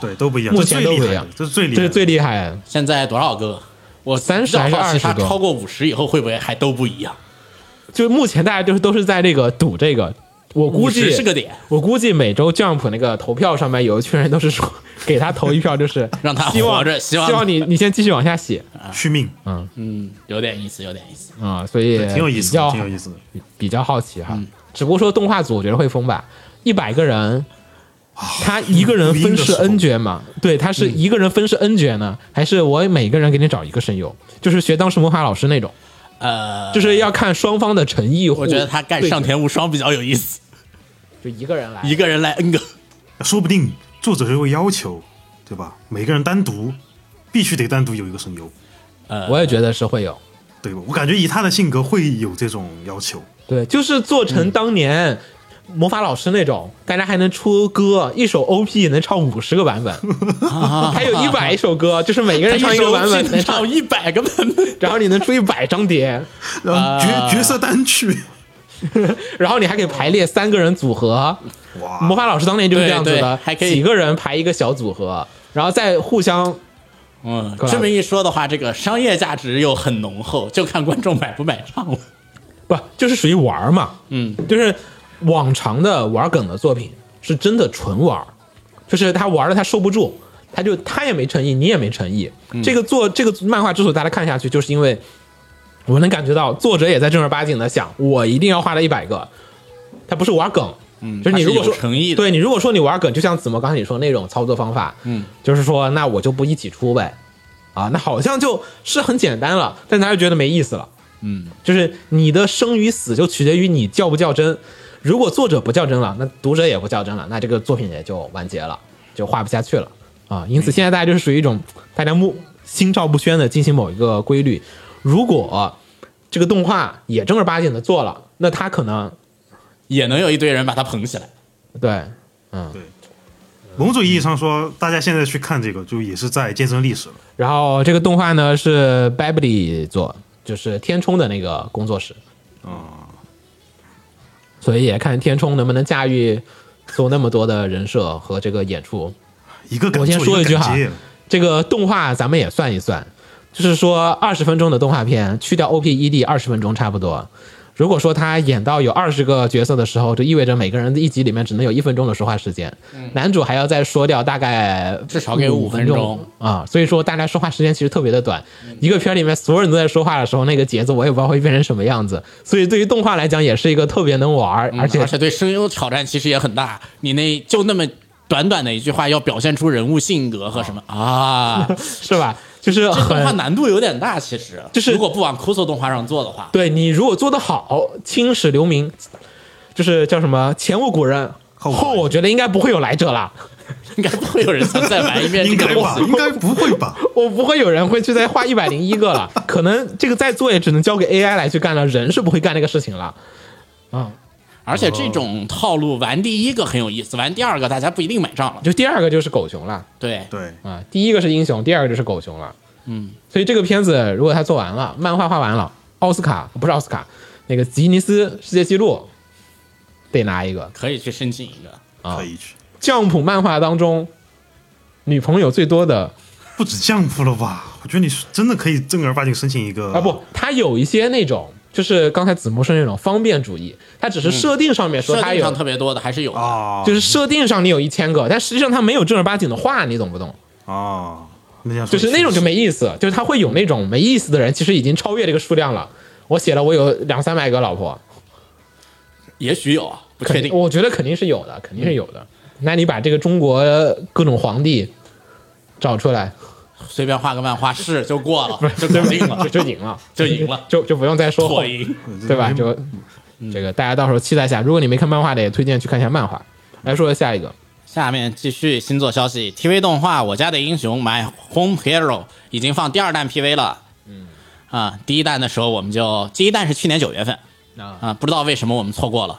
对，都不一样，
哦目
这
前
最
都不
厉
一
害
样
的，这是最厉害
这
的，
是最厉害的。
现在多少个？我
30
比较好奇他
还是20个
超过五十以后会不会还都不一样？
就是目前大家就是都是在这个赌这个我估计
50是个点，
我估计每周 Jump 那个投票上面有一群人都是说给他投一票，就是
让他
希望
活着希
望
望
你你先继续往下写
续命，
嗯，有点意思，有点意思。
啊、所以
挺有意思
比
的，
较
挺有意思的。
比较好奇哈。只不过说动画组我觉得会封吧，一百个人，他一个人分饰
啊录音的时候
N 角嘛？对，他是一个人分饰 N 角呢，还是我每个人给你找一个声优？就是学当时魔法老师那种，
呃，
就是要看双方的诚意。
我觉得他干
对
上田无双比较有意思，
就一个人来，
一个人来 N 个，
说不定作者就会要求，对吧？每个人单独必须得单独有一个声优，
我也觉得是会有。
对吧？我感觉以他的性格会有这种要求。
对，就是做
嗯
成当年魔法老师那种，大家还能出歌，一首 OP 也能唱五十个
*laughs*
版本，啊还有一百首歌，就是每个人唱一个版本，能唱，
一百个版本，
*laughs* 然后你能出一百张碟，
然后角、角色单曲，
然后你还可以排列三个人组合。
哇，
魔法老师当年就是这样子
啊对对
的，
还可以
几个人排一个小组合，然后再互相
嗯
够，了
这么一说的话，这个商业价值又很浓厚，就看观众买不买账了。
不就是属于玩儿嘛？
嗯，
就是往常的玩梗的作品是真的纯玩儿，就是他玩了他受不住，他就他也没诚意，你也没诚意。
嗯
这个作这个漫画之所以大家看下去，就是因为我能感觉到作者也在正儿八经的想，我一定要画到一百个，他不是玩梗。嗯就是你如果说
他是有诚意的
对你如果说你玩梗，就像子墨刚才你说那种操作方法，嗯，就是说那我就不一起出呗，啊，那好像就是很简单了，但他就觉得没意思了。就是你的生与死就取决于你较不较真。如果作者不较真了，那读者也不较真了，那这个作品也就完结了，就画不下去了啊。因此，现在大家就是属于一种大家目心照不宣的进行某一个规律。如果这个动画也正儿八经的做了，那他可能
也能有一堆人把它捧起来。
对
某种意义上说，大家现在去看这个，就也是在见证历史了。
然后这个动画呢是 Bably 做，就是天冲的那个工作室，
嗯
所以也看天冲能不能驾驭做那么多的人设和这个演出。
一个敢
我先
做
说一句
个
哈
敢接，
这个动画咱们也算一算，就是说二十分钟的动画片，去掉 OP ED 二十分钟差不多。如果说他演到有二十个角色的时候，就意味着每个人的一集里面只能有一分钟的说话时间，
嗯
男主还要再说掉大概
至少给
五
五
分
分
钟
钟
啊，所以说大家说话时间其实特别的短。
嗯
一个片儿里面所有人都在说话的时候，那个节奏我也不知道会变成什么样子。所以对于动画来讲，也是一个特别能玩儿，
嗯
而且
而且对声优挑战其实也很大，你那就那么短短的一句话，要表现出人物性格和什么啊，
是吧？ *laughs* 就是
这动画
很
难度有点大。其实，
就是
如果不往酷搜动画上做的话， *laughs*
对你如果做得好，青史留名，就是叫什么前无古人
后
后，
无来者
我觉得应该不会有来者了。
应该不会有人想再玩一遍这
应
个
该
东
吧？
西。
应该不会
*laughs*
吧？
*laughs* 我不会有人会去再画一百零一个了，可能这个再做也只能交给 AI 来去干了，人是不会干这个事情了。
而且这种套路玩第一个很有意思，玩第二个大家不一定买账了。
就第二个就是狗熊了
对，
对，
啊，第一个是英雄，第二个就是狗熊了。嗯，所以这个片子如果他做完了，漫画画完了，奥斯卡不是奥斯卡，那个吉尼斯世界纪录得拿一个。
可以去申请一个。
啊
可以去，
jump 漫画当中女朋友最多的
不止降服了吧？我觉得你真的可以正儿八经申请一个
啊，不，它有一些那种，就是刚才子墨说那种方便主义，它只是设定上面说
嗯设
它
定
有，哦
上特别多的还是有的，
啊，
就是设定上你有一千个，但实际上它没有正儿八经的画，你懂不懂？
啊，那样
就
说
是那种就没意思，就是它会有那种没意思的人，其实已经超越这个数量了。我写了，我有两三百个老婆，
也许有，啊不确
肯定，
定。嗯
我觉得肯定是有的，肯定是有的。那你把这个中国各种皇帝找出来，
随便画个漫画是就
*laughs*
过了，就搞定了
就，就赢了，
*laughs* 就赢了
*laughs* 就就不用再说后
破音。
对
嗯
吧？就这个大家到时候期待一下。如果你没看漫画的，也推荐去看一下漫画。来说下一个，
下面继续新作消息，TV 动画《我家的英雄》My Home Hero 已经放第二弹 PV 了。嗯，啊，第一弹的时候我们就第一弹是去年九月份
啊
啊，不知道为什么我们错过了，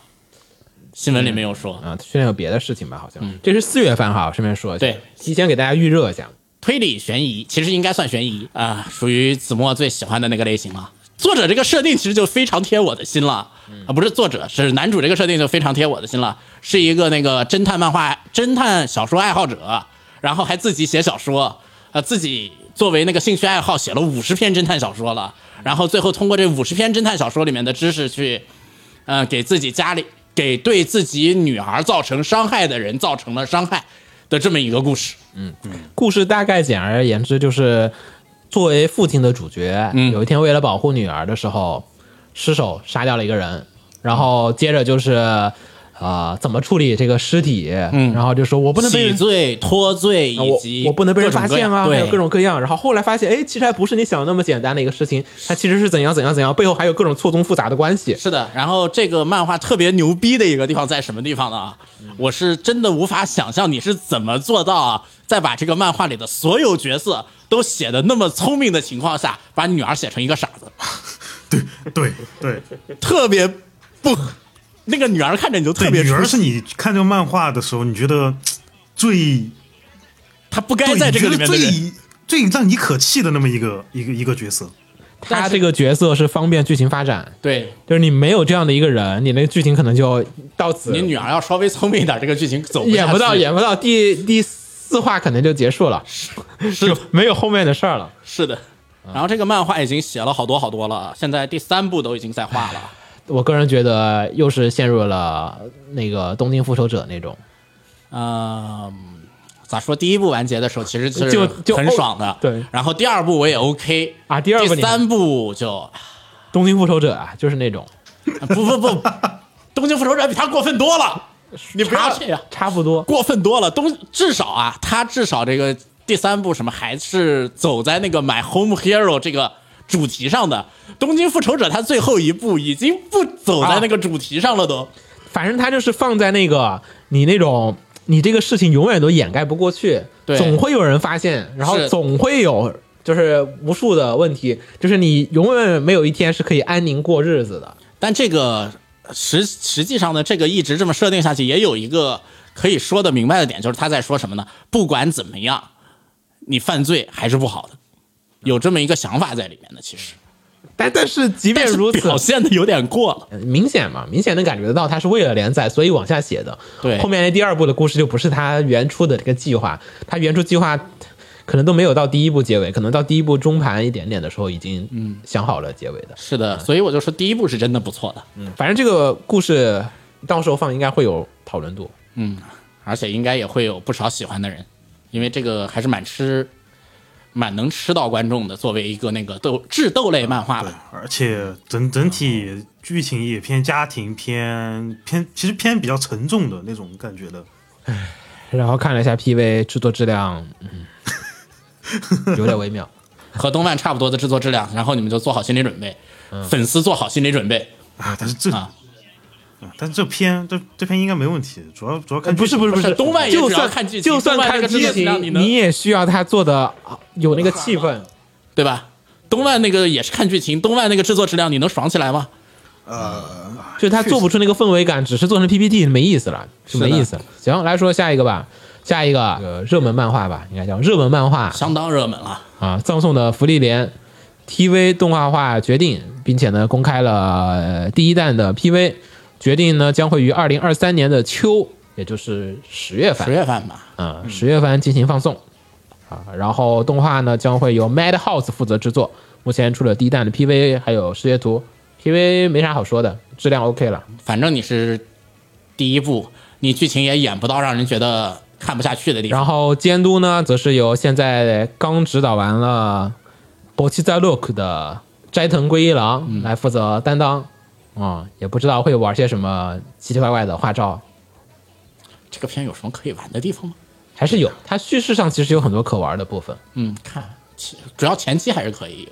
新闻里没有说。
啊，去年有别的事情吧？好像、这是四月份哈，顺便说一下，
嗯对
提前给大家预热一下。
推理悬疑，其实应该算悬疑啊、属于子墨最喜欢的那个类型了。作者这个设定其实就非常贴我的心了啊、不是作者，是男主这个设定就非常贴我的心了，是一个那个侦探漫画、侦探小说爱好者，然后还自己写小说，呃，自己作为那个兴趣爱好写了五十篇侦探小说了，然后最后通过这五十篇侦探小说里面的知识去，呃，给自己家里给对自己女儿造成伤害的人造成了伤害的这么一个故事。
故事大概简而言之就是，作为父亲的主角，
嗯
有一天为了保护女儿的时候，失手杀掉了一个人，然后接着就是。呃，怎么处理这个尸体？嗯然后就说我不能被
洗
人
罪、脱罪
啊
以
我
及
我不能被人
各种
发
各
现啊，
样
还有
对，
各种各样。然后后来发现，哎，其实还不是你想的那么简单的一个事情，它其实是怎样怎样怎样，背后还有各种错综复杂的关系。
是的，然后这个漫画特别牛逼的一个地方在什么地方呢？啊，
嗯
我是真的无法想象你是怎么做到啊，在把这个漫画里的所有角色都写的那么聪明的情况下，把女儿写成一个傻子，
对对
特别不，那个女儿看着你就特
对，
别
女
出
儿
戏，
是你看这个漫画的时候，你觉得最
她不该
对
在这个里
你觉
面
得
的人。
最最让你可气的那么一个一个一个角色，
他这个角色是方便剧情发展，
对
就是你没有这样的一个人，你那个剧情可能就到此
你女儿要稍微聪明一点，这个剧情走
演不
下
到
去
演不到第第四话可能就结束了，
是
就没有后面的事儿了。
是的。
嗯
然后这个漫画已经写了好多好多了，现在第三部都已经在画了。
我个人觉得又是陷入了那个《东京复仇者》那种，
嗯，咋说？第一部完结的时候其实是
就就
很爽的，
对
然后第二部我也 OK
啊第二部你
三部就 *laughs*
《东京复仇者》啊，就是那种
不 *laughs* 不不，东京复仇者比他过分多了，你不要这样，
差不多。
过分多了。东至少啊，他至少这个第三部什么还是走在那个买 Home Hero 这个。主题上的《东京复仇者》，他最后一部已经不走在啊那个主题上了都，
反正他就是放在那个你那种，你这个事情永远都掩盖不过去，
对
总会有人发现，然后
是
总会有就是无数的问题，就是你永远没有一天是可以安宁过日子的。
但这个实实际上呢，这个一直这么设定下去，也有一个可以说的明白的点，就是他在说什么呢？不管怎么样，你犯罪还是不好的，有这么一个想法在里面的。其实，
但但是即便
但
嗯
是
如此，哎
表现的有点过了。
明显嘛，明显能感觉得到他是为了联赛，所以往下写的。
对
后面那第二部的故事就不是他原初的这个计划，他原初计划可能都没有到第一部结尾，可能到第一部中盘一点点的时候已经嗯想好了结尾的。
是的，所以我就说第一部是真的不错的，
嗯，反正这个故事到时候放应该会有讨论度。
而且应该也会有不少喜欢的人，因为这个还是蛮吃。蛮能吃到观众的，作为一个那个斗智斗类漫画
对
吧，，
而且整整体剧情也偏家庭偏偏，其实偏比较沉重的那种感觉的。
然后看了一下 PV 制作质量，嗯， *laughs* 有点微妙。
和动漫差不多的制作质量，然后你们就做好心理准备，
嗯
粉丝做好心理准备，
啊，但是这，
啊
啊但是这篇这这篇应该没问题，主要主要看
不是不是不
啊不
是，
是东漫也
就
主要
算
看剧情
就算
动漫这
看
个制作
剧
质量你
情，
能
你也需要他做的啊有那个气 *laughs* 氛。
对吧？东漫那个也是看剧情，东漫那个制作质量，你能爽起来吗？
就是他做不出那个氛围感，只是做成 PPT 没意思了，就没意思了。行，来说下一个吧，下一个、呃、热门漫画吧，应该叫热门漫画
相当热门了，
啊，葬送的福利莲 TV 动画化决定，并且呢公开了、呃第一弹的 PV，决定呢将会于二零二三年的秋，也就是十月份
十，月份吧。
啊，十月份进行放送啊。然后动画呢将会由 Madhouse 负责制作，目前出了第一弹的 PV 还有视觉图，PV 没啥好说的，质量 OK 了。
反正你是第一部，你剧情也演不到让人觉得看不下去的地方。
然后监督呢，则是由现在刚指导完了《博奇在 Look》的斋藤圭一郎来负责担当。啊、也不知道会玩些什么奇奇怪怪的花招，
这个片有什么可以玩的地方吗？
还是有。它叙事上其实有很多可玩的部分。
嗯，看，其主要前期还是可以。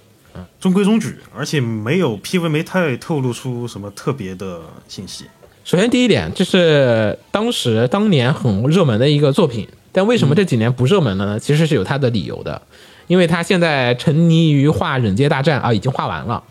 中规中矩，而且没有 PV 没太透露出什么特别的信息。
首先第一点，这是当时当年很热门的一个作品，但为什么这几年不热门了呢？其实是有它的理由的，因为它现在沉溺于画《忍界大战》啊，已经画完了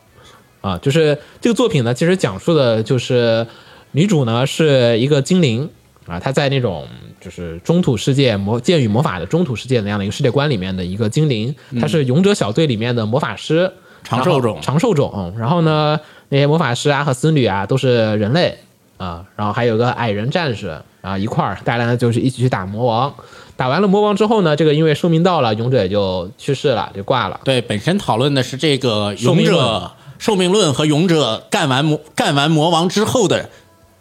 啊。就是这个作品呢，其实讲述的就是女主呢是一个精灵啊，她在那种就是中土世界魔剑与魔法的中土世界那样的一个世界观里面的一个精灵，她是勇者小队里面的魔法师。
长寿种
然后长寿种。嗯然后呢，那些魔法师啊和僧侣啊都是人类啊，然后还有个矮人战士啊一块儿，大家呢就是一起去打魔王。打完了魔王之后呢，这个因为寿命到了，勇者也就去世了，就挂了。
对，本身讨论的是这个
寿
勇
命论
者寿命论和勇者干完魔干完魔王之后的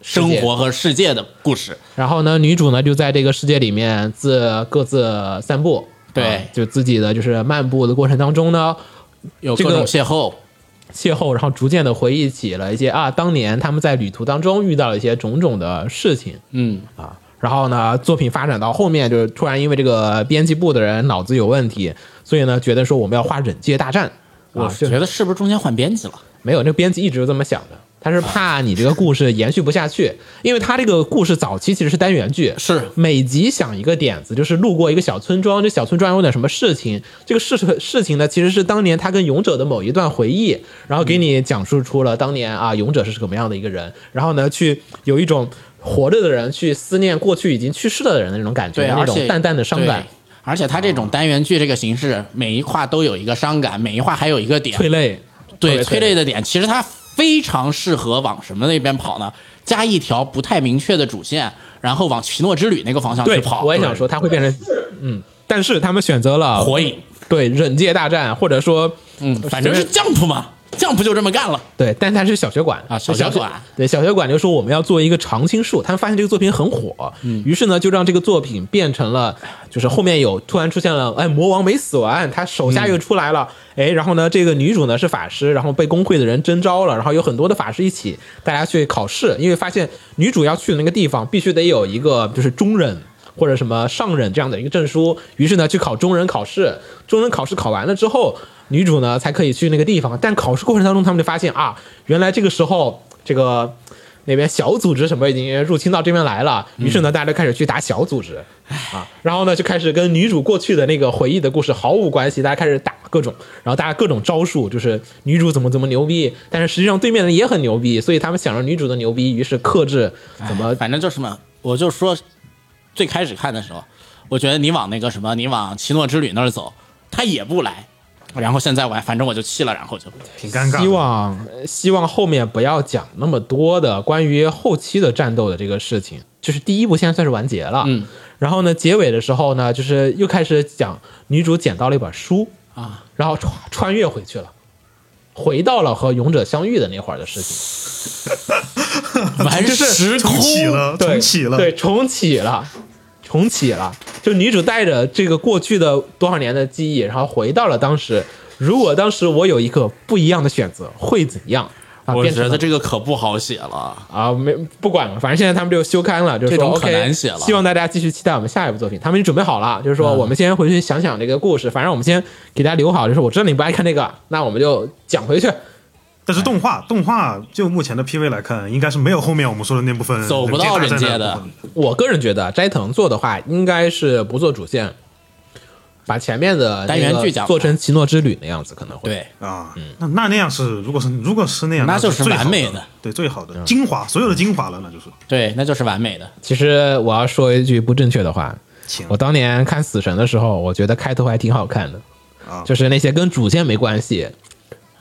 世
生
界
活和世界的故事。
然后呢，女主呢就在这个世界里面自各自散步，
对
啊就自己的就是漫步的过程当中呢，
有
这
各
个
种邂逅，
邂逅，然后逐渐的回忆起了一些啊，当年他们在旅途当中遇到了一些种种的事情。
嗯，
然后呢，作品发展到后面，就是突然因为这个编辑部的人脑子有问题，所以呢，觉得说我们要画忍界大战。
我
啊、就
觉得是不是中间换编辑了？
没有，那个编辑一直都这么想的，他是怕你这个故事延续不下去，因为他这个故事早期其实是单元剧，
是
每集想一个点子，就是路过一个小村庄，这小村庄有点什么事情，这个事事情呢其实是当年他跟勇者的某一段回忆，然后给你讲述出了当年啊勇者是什么样的一个人，然后呢去有一种活着的人去思念过去已经去世了的人的那种感觉，
对，
那
而
种
且
淡淡的伤感
对。而且它这种单元剧这个形式，每一话都有一个伤感，每一话还有一个点
催泪，特
对
别
催泪的点，其实它非常适合往什么那边跑呢？加一条不太明确的主线，然后往奇诺之旅那个方向去
对
跑。，
我也想说它会变成嗯，但是他们选择了
火影，
对忍界大战，或者说
嗯，反正是 Jump 嘛，Jump 就这么干了。
对，但它是小学馆
啊小学馆
对小学馆就说我们要做一个常青树，他们发现这个作品很火，
嗯
于是呢就让这个作品变成了，就是后面有突然出现了，哎，魔王没死完，他手下又出来了，
嗯
哎，然后呢这个女主呢是法师，然后被工会的人征召了，然后有很多的法师一起大家去考试，因为发现女主要去的那个地方必须得有一个就是中忍。或者什么上忍这样的一个证书，于是呢去考中忍考试，中忍考试考完了之后，女主呢才可以去那个地方。但考试过程当中，他们就发现啊，原来这个时候这个那边小组织什么已经入侵到这边来了，于是呢大家就开始去打小组织啊，然后呢就开始跟女主过去的那个回忆的故事毫无关系，大家开始打各种，然后大家各种招数，就是女主怎么怎么牛逼，但是实际上对面人也很牛逼，所以他们想着女主的牛逼，于是克制怎么
反正就是嘛，我就说最开始看的时候，我觉得你往那个什么，你往奇诺之旅那儿走，他也不来。然后现在我还反正我就气了，然
*laughs*
后就
挺尴尬的。
希望呃希望后面不要讲那么多的关于后期的战斗的这个事情，就是第一部现在算是完结了。
嗯，
然后呢，结尾的时候呢，就是又开始讲女主捡到了一本书
啊，
然后穿穿越回去了。回到了和勇者相遇的那会儿的事情，
完时空
重启了，
对，
呃重启了，
对，重启了，重启了。就女主带着这个过去的多少年的记忆，然后回到了当时。如果当时我有一个不一样的选择，会怎样？啊，
我
变成
觉
了
得这个可不好写了。
啊，没不管了，反正现在他们就休刊了，就是
这
说
种
OK，
可难写了
希望大家继续期待我们下一部作品。他们已经准备好了，就是说我们先回去想想这个故事，反正我们先给大家留好，就是我知道你不爱看这个，那我们就讲回去。
但
哎
是动画动画就目前的 PV 来看，应该是没有后面我们说的那部分
走不到
人
人界的
界大战部分
我个人觉得斋藤做的话，应该是不做主线，把前面的那个
单元剧讲
做成奇诺之旅那样子，可能会。
对，
啊。那那那样是，如果是如果是那样，
嗯那
就
就是
最好
完美的嗯
的，对，最好的精华，所有的精华了，那 *laughs* 就是。
对，那就是完美的。
其实我要说一句不正确的话，
请
我当年看《死神》的时候，我觉得开头还挺好看的，
啊
就是那些跟主线没关系，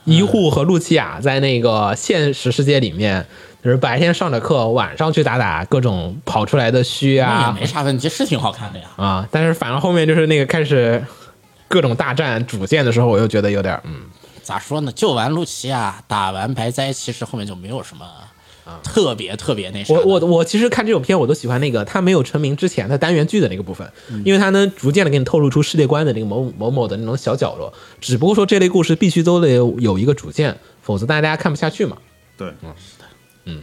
医护和露琪亚在那个现实世界里面，就是白天上着课，晚上去打打各种跑出来的虚
那也
啊
没啥问题，是挺好看的呀。
啊，但是反正后面就是那个开始各种大战主线的时候，我又觉得有点嗯，
咋说呢？救完露琪亚，啊打完白哉，其实后面就没有什么特别特别那啥
我
的。
我我其实看这种片我都喜欢那个他没有成名之前的单元剧的那个部分，
嗯
因为他能逐渐的给你透露出世界观的那个某某某的那种小角落。只不过说这类故事必须都得有有一个主线，否则大家看不下去嘛。
对，
嗯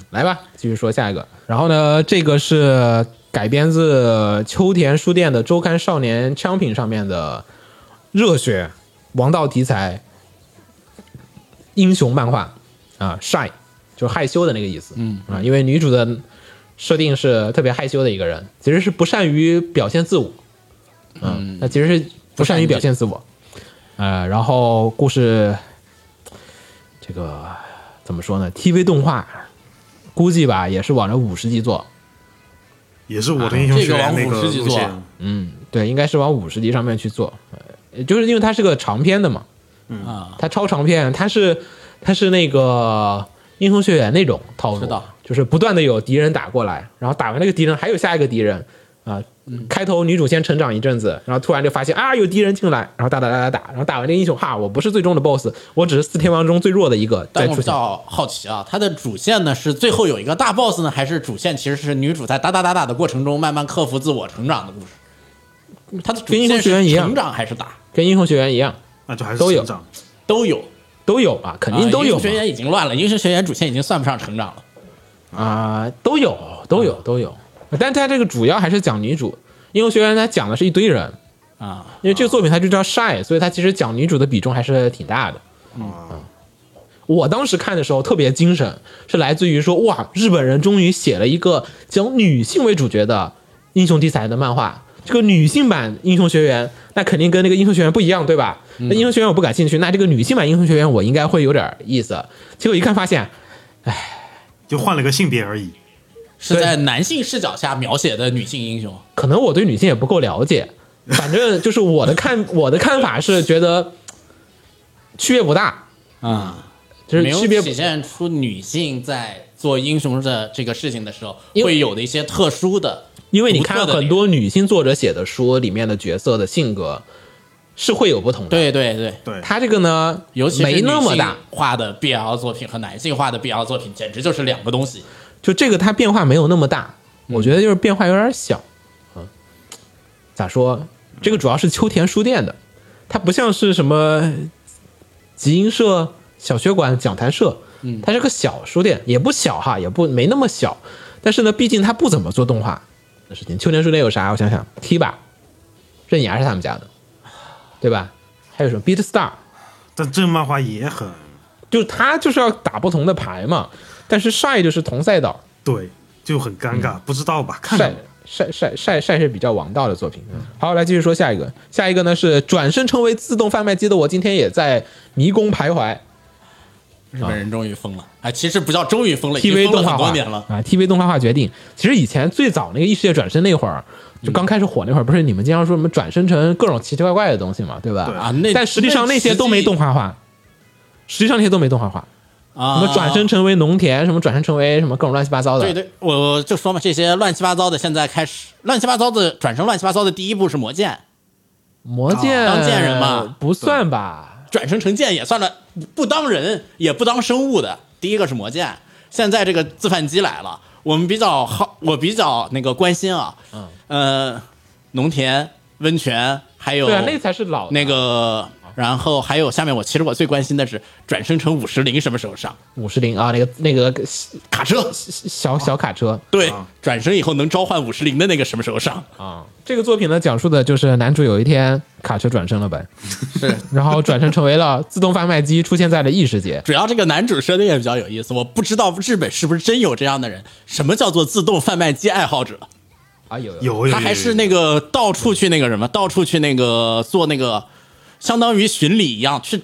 来吧，继续说下一个。然后呢，这个是改编自秋田书店的周刊《少年商品》上面的热血王道题材英雄漫画啊，shy 就是害羞的那个意思。嗯啊，因为女主的设定是特别害羞的一个人，其实是不善于表现自我。嗯，那其实是不善于表现自我。呃，然后故事这个怎么说呢？TV 动画估计吧，也是往着五十级做，
也是我的英雄
啊这
学
个
院
往
那
五十级
路
做
线，
对，应该是往五十级上面去做，呃就是因为它是个长篇的嘛，
啊，
它超长篇，它是它是那个英雄学员那种套路，
知道
就是不断的有敌人打过来，然后打完那个敌人还有下一个敌人啊、开头女主先成长一阵子，然后突然就发现啊有敌人进来，然后打打打打打，然后打完这个英雄哈，我不是最终的 BOSS，我只是四天王中最弱的一个，再
但我
出
比
现。
较好奇啊，它的主线呢是最后有一个大 boss 呢，还是主线其实是女主在打打打打的过程中慢慢克服自我成长的故事？它的主
跟英雄
线
学院一
是
样
成长还是打
跟英雄学院一样
那就还是
都有
成长。
都有，
都有啊，肯
啊
定都有
英雄学
嘛
员已经乱了，英雄学员主线已经算不上成长了。
啊，都有都
啊
有都有，但它这个主要还是讲女主。英雄学院它讲的是一堆人，
啊，
因为这个作品它就叫 shy，所以它其实讲女主的比重还是挺大的。嗯
啊，
我当时看的时候特别精神，是来自于说哇，日本人终于写了一个讲女性为主角的英雄题材的漫画。这个女性版《英雄学院》，那肯定跟那个《英雄学院》不一样，对吧？那《英雄学院》我不感兴趣，那这个女性版《英雄学院》我应该会有点意思。结果一看发现，
就换了个性别而已。
是
对
在男性视角下描写的女性英雄。
可能我对女性也不够了
*laughs*
解，反正就是我的看 *laughs* 我的看法是觉得区别不大，
啊，
就是
没有
区别
体现出女性在做英雄的这个事情的时候
因为
会有的一些特殊的，
因为你看
独特的
很
点
多女性作者写的书里面的角色的性格是会有不同的。，
对对对，
对，
他这个呢，
尤其是
没那么
女性
大，
化的 BL 作品和男性化的 BL 作品简直就是两个东西。
就这个它变化没有那么大，我觉得就是变化有点小。嗯，咋说？这个主要是秋田书店的，它不像是什么集英社、小学馆、讲坛社，它是个小书店，也不小哈，也不没那么小，但是呢，毕竟它不怎么做动画的事情。秋田书店有啥？我想想，T 吧，刃牙是他们家的，对吧？还有什么 Beat Star，
但这漫画也很
就是他就是要打不同的牌嘛。但是 Shy 就是同赛道，
对，就很尴
嗯
尬，不知道吧？看
晒
着
晒晒晒晒是比较王道的作品。嗯好，来继续说下一个，下一个呢是转身成为自动贩卖机的我，今天也在迷宫徘徊。
日本人终于疯了，哎，其实不叫终于疯了，已
TV
经
动
疯了
画
很
化
多年了。
啊，TV 动画化决定。其实以前最早那个异世界转身那会儿，就刚开始火那会儿，不是你们经常说什么转身成各种奇奇怪怪的东西嘛，对吧？
对
啊，那
但实际上那些都没动画化，实际上那些都没动画化，
啊，
什么转身成为农田，什么转身成为什么各种乱七八糟的。
对对，我我就说嘛，这些乱七八糟的，现在开始乱七八糟的转成乱七八糟的。第一步是魔剑，
魔剑
啊当剑人嘛
不算吧？
转生成剑也算了，不不当人也不当生物的。第一个是魔剑，现在这个自贩机来了，我们比较好，我比较那个关心啊，嗯，呃，农田、温泉，还有
对啊，那才是老的
那个，然后还有下面我其实我最关心的是转生成五十铃什么时候上
五十铃啊，那个那个
卡车，
小小卡车
对
啊，
转生以后能召唤五十铃的那个什么时候上？
啊。这个作品呢，讲述的就是男主有一天卡车转身了呗，是， *laughs* 然后转身成为了自动贩卖机，出现在了异世界。
主要这个男主设定也比较有意思，我不知道日本是不是真有这样的人。什么叫做自动贩卖机爱好者？
啊，有有，
有有
他还是那个到处去那个什么，到处去那个做那个，相当于巡礼一样，去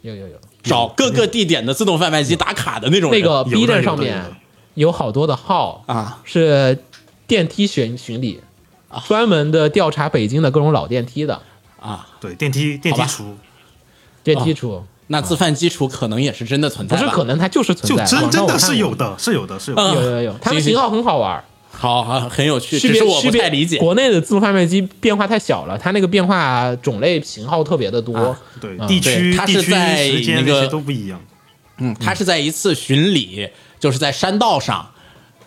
有有有，
找各个地点的自动贩卖机打卡的那种
那
人。
个 B 站上
有
面
的有的
有好多的号
啊，
是电梯巡巡礼，
啊
专门的调查北京的各种老电梯的
对电梯电
好
梯
吧
厨
电
哦
梯处，
那自贩基础可能也是真的存
不
在吧，
是可能它就是存
就
在，
真
网上
真
我
的
看
是
过
有。的，是有的，是有的。
嗯
有有有，他们
行
型
行
号很好玩，
好，好，很有趣，
区
只
别
是我
区
不
别
太理解。
国内的自动贩卖机变化太小了，它那个变化种类型号特别的多，
啊
对
嗯
地区
对它
地
是
区
在
时间
那
那
个
些都不一样。
嗯，他是在一次巡礼，就是在山道上，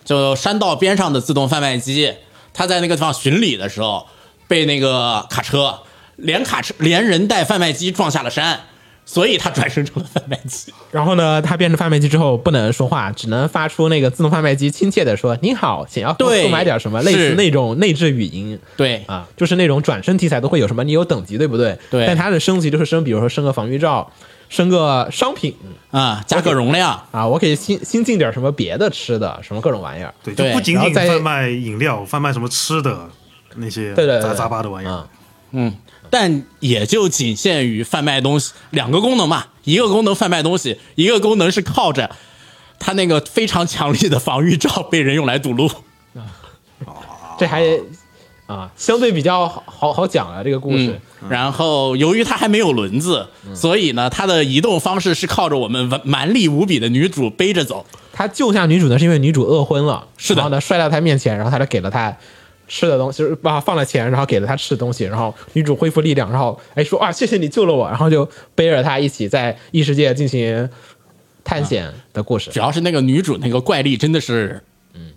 就山道边上的自动贩卖机，他在那个地方巡礼的时候，被那个卡车连卡车连人带贩卖机撞下了山，所以他转生成了贩卖机。
然后呢，他变成贩卖机之后不能说话，只能发出那个自动贩卖机亲切的说“您好，想要
对
购买点什么”，类似那种内置语音
对
啊，就是那种转身题材都会有什么，你有等级对不对？
对
但它的升级就是升，比如说升个防御罩，升个商品
啊、加个容量，
啊，我可以新新进点什么别的吃的，什么各种玩意儿。
对，就
对
不仅
然后
仅
再
贩卖饮料，贩卖什么吃的那些
对对对
杂杂八的玩意儿
啊。
嗯，但也就仅限于贩卖东西两个功能嘛，一个功能贩卖东西，一个功能是靠着他那个非常强力的防御罩被人用来堵路。
这还啊，相对比较好好好讲啊了这个故事
嗯。，然后由于它还没有轮子，所以呢，它的移动方式是靠着我们蛮蛮力无比的女主背着走。
他救下女主呢，是因为女主饿昏了，
是的
然后呢摔到他面前，然后他就给了他吃的东西，就是把放了钱，然后给了他吃的东西，然后女主恢复力量，然后哎说啊谢谢你救了我，然后就背着他一起在异世界进行探险的故事。
主要是那个女主那个怪力真的是，嗯，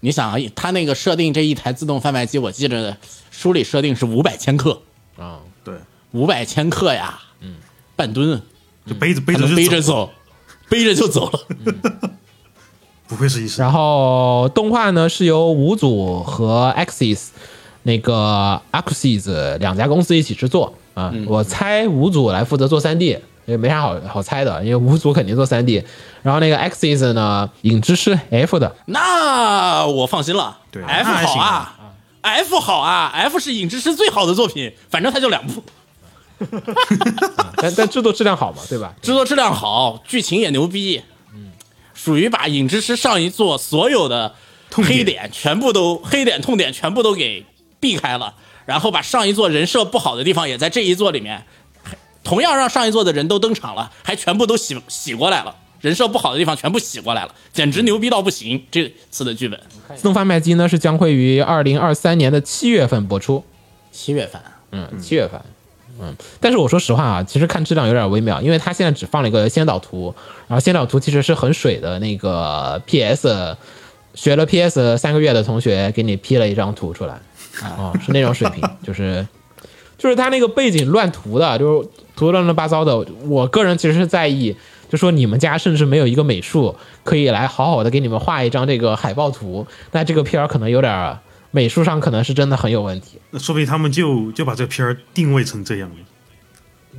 你想啊，她那个设定这一台自动贩卖机，我记着书里设定是五百千克，
啊、
对，
五百千克呀，嗯，半吨，
就背着背
她
着
能
就
背着，走，背着就走了。
不愧是医生。
然后动画呢是由五组和 Axis 那个 Axis 两家公司一起制作啊、我猜五组来负责做 3D，也没啥好好猜的，因为五组肯定做 3D。然后那个 Axis 呢，影之师 F 的，
那我放心了。
对
，F
那还
好
行
啊，F 好啊，F 是影之师最好的作品，反正它就两部，
啊但但制作质量好嘛，对吧？
制作质量好，剧情也牛逼，嗯，属于把影之师上一作所有的
痛点
黑点全部都黑点痛点全部都给避开了，然后把上一作人设不好的地方也在这一作里面，同样让上一作的人都登场了，还全部都洗洗过来了。人设不好的地方全部洗过来了，简直牛逼到不行！这次的剧本，
自动贩卖机呢是将会于二零二三年的七月份播出，
七月份
嗯，七月份。嗯，但是我说实话啊，其实看质量有点微妙，因为它现在只放了一个先导图，然后先导图其实是很水的那个 PS，学了 PS 三个月的同学给你 P 了一张图出来，哦，是那种水平，就是就是它那个背景乱涂的，就是涂得乱七八糟的。我个人其实是在意，就说你们家甚至没有一个美术可以来好好的给你们画一张这个海报图，那这个片儿可能有点儿美术上可能是真的很有问题。
那说不定他们就就把这片儿定位成这样了。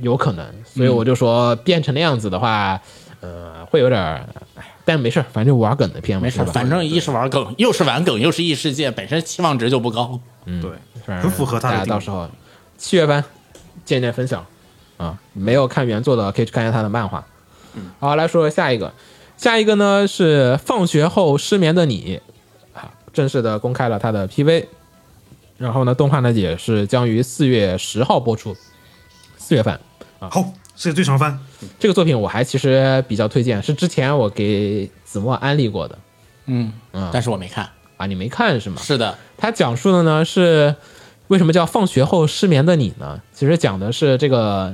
有可能，所以
嗯
我就说变成那样子的话，呃，会有点儿，哎但没事儿，反正玩梗的片嘛，
没事
对
儿，
吧
反正一是玩梗，又是玩梗，又是异世界，本身期望值就不高。
对，
反正
很符合他的
大家
定
到
位
时候七月份见见分享
嗯
啊，没有看原作的可以去看一下他的漫画。好，来说说下一个，下一个呢是放学后失眠的你，啊，正式的公开了他的 PV，然后呢，动画呢也是将于四月十号播出，四月份。
好，世界最长番，
这个作品我还其实比较推荐，是之前我给子墨安利过的
嗯，但是我没看。
啊，你没看是吗？
是的，
它讲述的呢是为什么叫放学后失眠的你呢？其实讲的是这个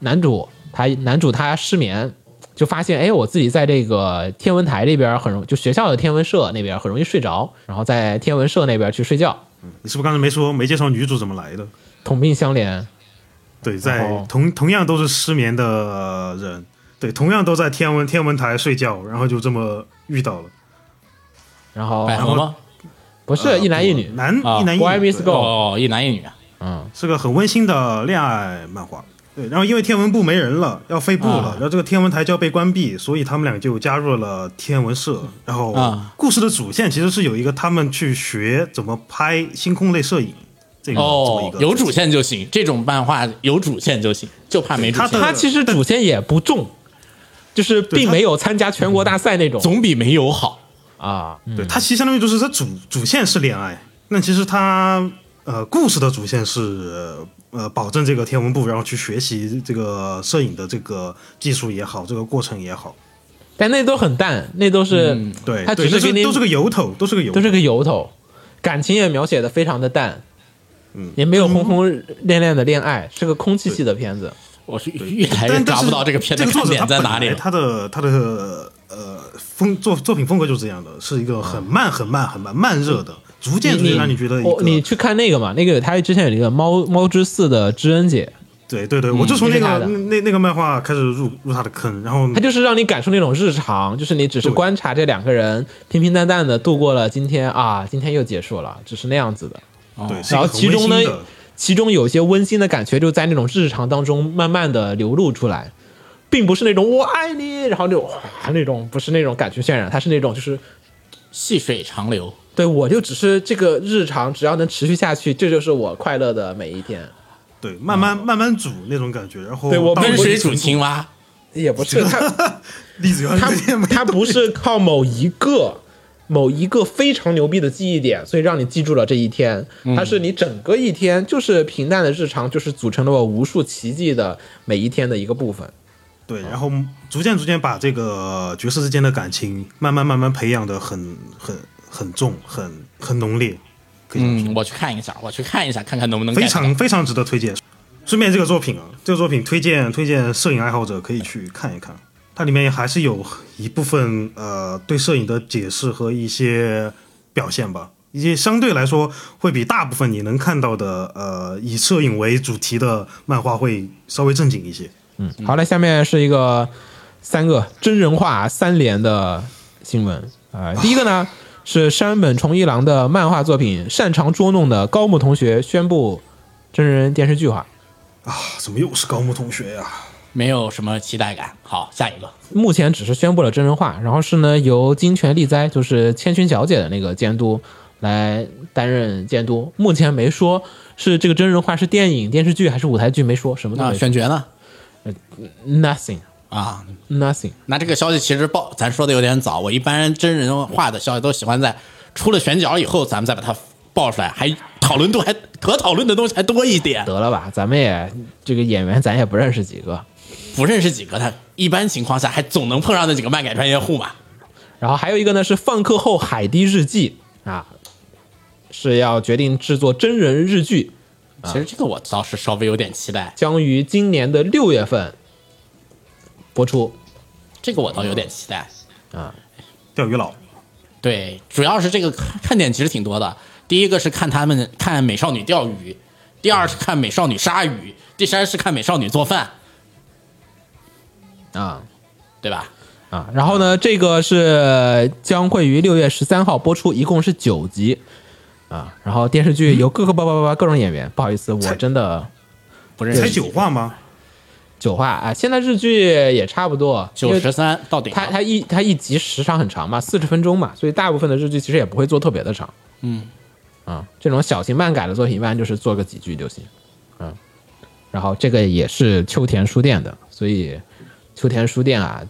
男主，他男主他失眠，就发现哎，我自己在这个天文台这边很容，就学校的天文社那边很容易睡着，然后在天文社那边去睡觉，
你是不是刚才没说没介绍女主怎么来的？
同病相怜。
对，
然
在
后
同同样都是失眠的人，对，同样都在天文天文台睡觉，然后就这么遇到了。
然后
百合吗？
不是一男一女，
男
啊
一男一
Why
女
Miss
对
Go？
哦，一男一女。
嗯，
是个很温馨的恋爱漫画。对，然后因为天文部没人了，要废部了，
啊
然后这个天文台就要被关闭，所以他们俩就加入了天文社。然后
啊
故事的主线其实是有一个他们去学怎么拍星空类摄影，这个、嗯这么一
哦
个，
有主线就行，这种漫画有主线就行，就怕没主
他
线，
的
他其实主线也不重，就是并
他
没有参加全国大赛那种
总比没有好。
啊。
对，它其实相当于就是它主主线是恋爱，那其实它呃故事的主线是呃保证这个天文部，然后去学习这个摄影的这个技术也好，这个过程也好，
但那都很淡，那都是、
嗯
嗯
对，
他
对
只
都
给你
都是个由头，都是个由头
都，是个由头，感情也描写的非常的淡，
嗯
也没有轰轰烈烈的恋爱，是个空气系的片子。
我是越
哎
来越
但
抓不到这个片的
这个
看
作者
点在哪里了。
他本来他的他的呃风作作品风格就是这样的，是一个很慢很慢很慢慢热的，逐渐逐渐让你觉得一
我你
个
去看那个嘛，那个他之前有一个猫猫之四的知恩姐，
对对对，我就从
这
那
嗯是他
个
的
那那那个漫画开始入入他的坑，然后
他就是让你感受那种日常，就是你只是
对
观察这两个人平平淡淡的度过了今天啊，今天又结束了，只是那样子的。
对，是一
哦然后
个
其
很温
中
馨
呢
的。，
其中有一些温馨的感觉就在那种日常当中慢慢的流露出来，并不是那种我爱你，然后那种哇那种不是那种感情渲染，它是那种就是
细水长流，
对我就只是这个日常只要能持续下去，这就是我快乐的每一天。
对，慢慢慢慢煮那种感觉，然后
哦对我
到
温
温
某一
水
个
煮
程
青蛙。
也不是他
度，栗子园
他
那边没
他不是靠某一个。某一个非常牛逼的记忆点，所以让你记住了这一天。它是你整个一天就是平淡的日常，就是组成了我无数奇迹的每一天的一个部分。
对，然后逐渐逐渐把这个角色之间的感情慢慢慢慢培养的很很很重，很很浓烈，可以这么说
嗯，我去看一下，我去看一下，看看能不能
非
get 到
常非常值得推荐。顺便这个作品啊，这个作品推荐推荐摄影爱好者可以去看一看，它里面还是有一部分呃对摄影的解释和一些表现吧，一些相对来说会比大部分你能看到的呃以摄影为主题的漫画会稍微正经一些。
好嘞，下面是一个三个真人化三连的新闻啊、呃第一个呢是山本崇一郎的漫画作品《擅长捉弄的高木同学》宣布真人电视剧化，
啊怎么又是高木同学呀、
没有什么期待感。好，下一个，
目前只是宣布了真人化，然后是呢由金泉利哉，就是《千寻小姐》的那个监督来担任监督，目前没说是这个真人化是电影、电视剧还是舞台剧，没说什么都
那
没
*laughs*
说、
选角呢？
nothing
啊，
nothing。
那这个消息其实报咱说的有点早，我一般真人化的消息都喜欢在出了选角以后，咱们再把它爆出来，还讨论度还可讨论的东西还多一点。
得了吧，咱们也这个演员咱也不认识几个，
不认识几个，他一般情况下还总能碰上那几个漫改专业户嘛。
然后还有一个呢是放课后海堤日记啊，是要决定制作真人日剧，
其实这个我倒是稍微有点期待，
将于今年的六月份播出。
这个我倒有点期待。
钓鱼佬，
对，主要是这个看看点其实挺多的。第一个是看他们看美少女钓鱼，第二是看美少女杀鱼，第三是看美少女做饭，
啊
对吧？
啊，然后呢，这个是将会于六月十三号播出，一共是九集啊。然后电视剧有各个叭叭叭叭各种演员，不好意思，我
才
真的
不认识
才九话吗？
九话啊，现在日剧也差不多因
九
为
十三到顶了。
它它一它一集时长很长嘛，四十分钟嘛，所以大部分的日剧其实也不会做特别的长。嗯，啊，这种小型漫改的作品一般就是做个几句就行。嗯，然后这个也是秋田书店的，所以秋田书店啊，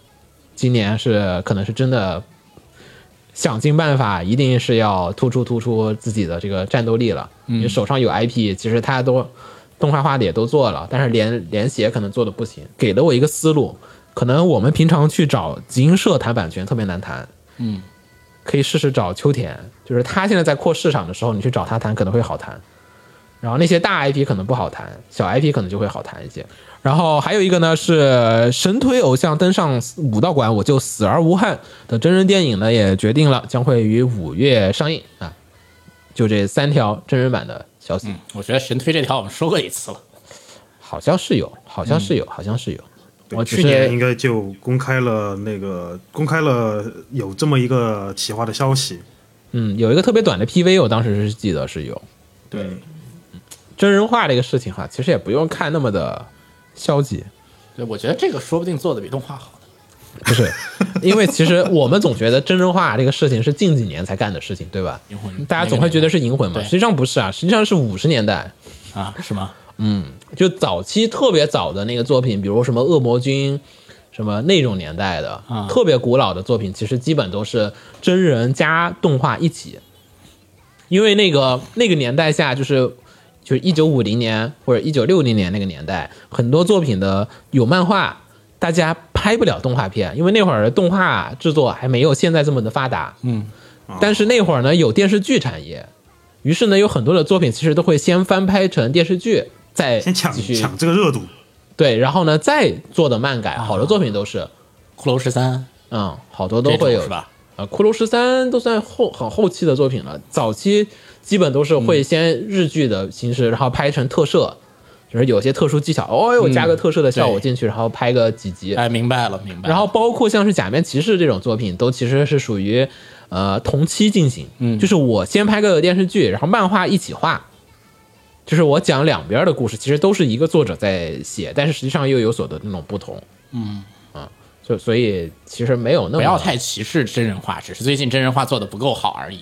今年是可能是真的想尽办法，一定是要突出突出自己的这个战斗力了。你手上有 IP，其实他都动画化的也都做了，但是连连写可能做的不行，给了我一个思路。可能我们平常去找集英社谈版权特别难谈，
嗯，
可以试试找秋田，就是他现在在扩市场的时候，你去找他谈可能会好谈。然后那些大 IP 可能不好谈，小 IP 可能就会好谈一些。然后还有一个呢是神推偶像登上武道馆，我就死而无憾的真人电影呢也决定了，将会于五月上映啊。就这三条真人版的消息，
嗯，我觉得神推这条我们说过一次了。
好像是
嗯
有，好像是有，好像是有。
对
我只
去年应
是
该就公开了那个公开了有这么一个企划的消息。
嗯，有一个特别短的 PV，我当时是记得是有。
对，
真人化这个事情哈，其实也不用看那么的消极，
对，我觉得这个说不定做的比动画好呢。
不
*laughs*
是，因为其实我们总觉得真人化这个事情是近几年才干的事情，对吧？
银魂
大家总会觉得是银魂嘛，
对
实际上不是啊，实际上是五十年代，
啊，是吗？
就早期特别早的那个作品，比如什么恶魔君，什么那种年代的，
啊
特别古老的作品，其实基本都是真人加动画一起，因为那个那个年代下就是。就是一九五零年或者一九六零年那个年代，很多作品的有漫画，大家拍不了动画片，因为那会儿的动画制作还没有现在这么的发达。
嗯，
但是那会儿呢有电视剧产业，于是呢有很多的作品其实都会先翻拍成电视剧，再
先抢
继续
抢这个热度。
对，然后呢，再做的漫改，好的作品都是，
骷髅十三
嗯，好多都会有
是？吧？
啊，骷髅十三都算后很后期的作品了，早期基本都是会
嗯
先日剧的形式，然后拍成特摄，就是有些特殊技巧，哦哟，加个特摄的效果
嗯对
进去，然后拍个几集，
哎，明白了，明白了。
然后包括像是《假面骑士》这种作品，都其实是属于呃同期进行，嗯，就是我先拍个电视剧，然后漫画一起画，就是我讲两边的故事，其实都是一个作者在写，但是实际上又有所的那种不同，嗯啊，所所以其实没有那么
不要太歧视真人化，只是最近真人化做的不够好而已。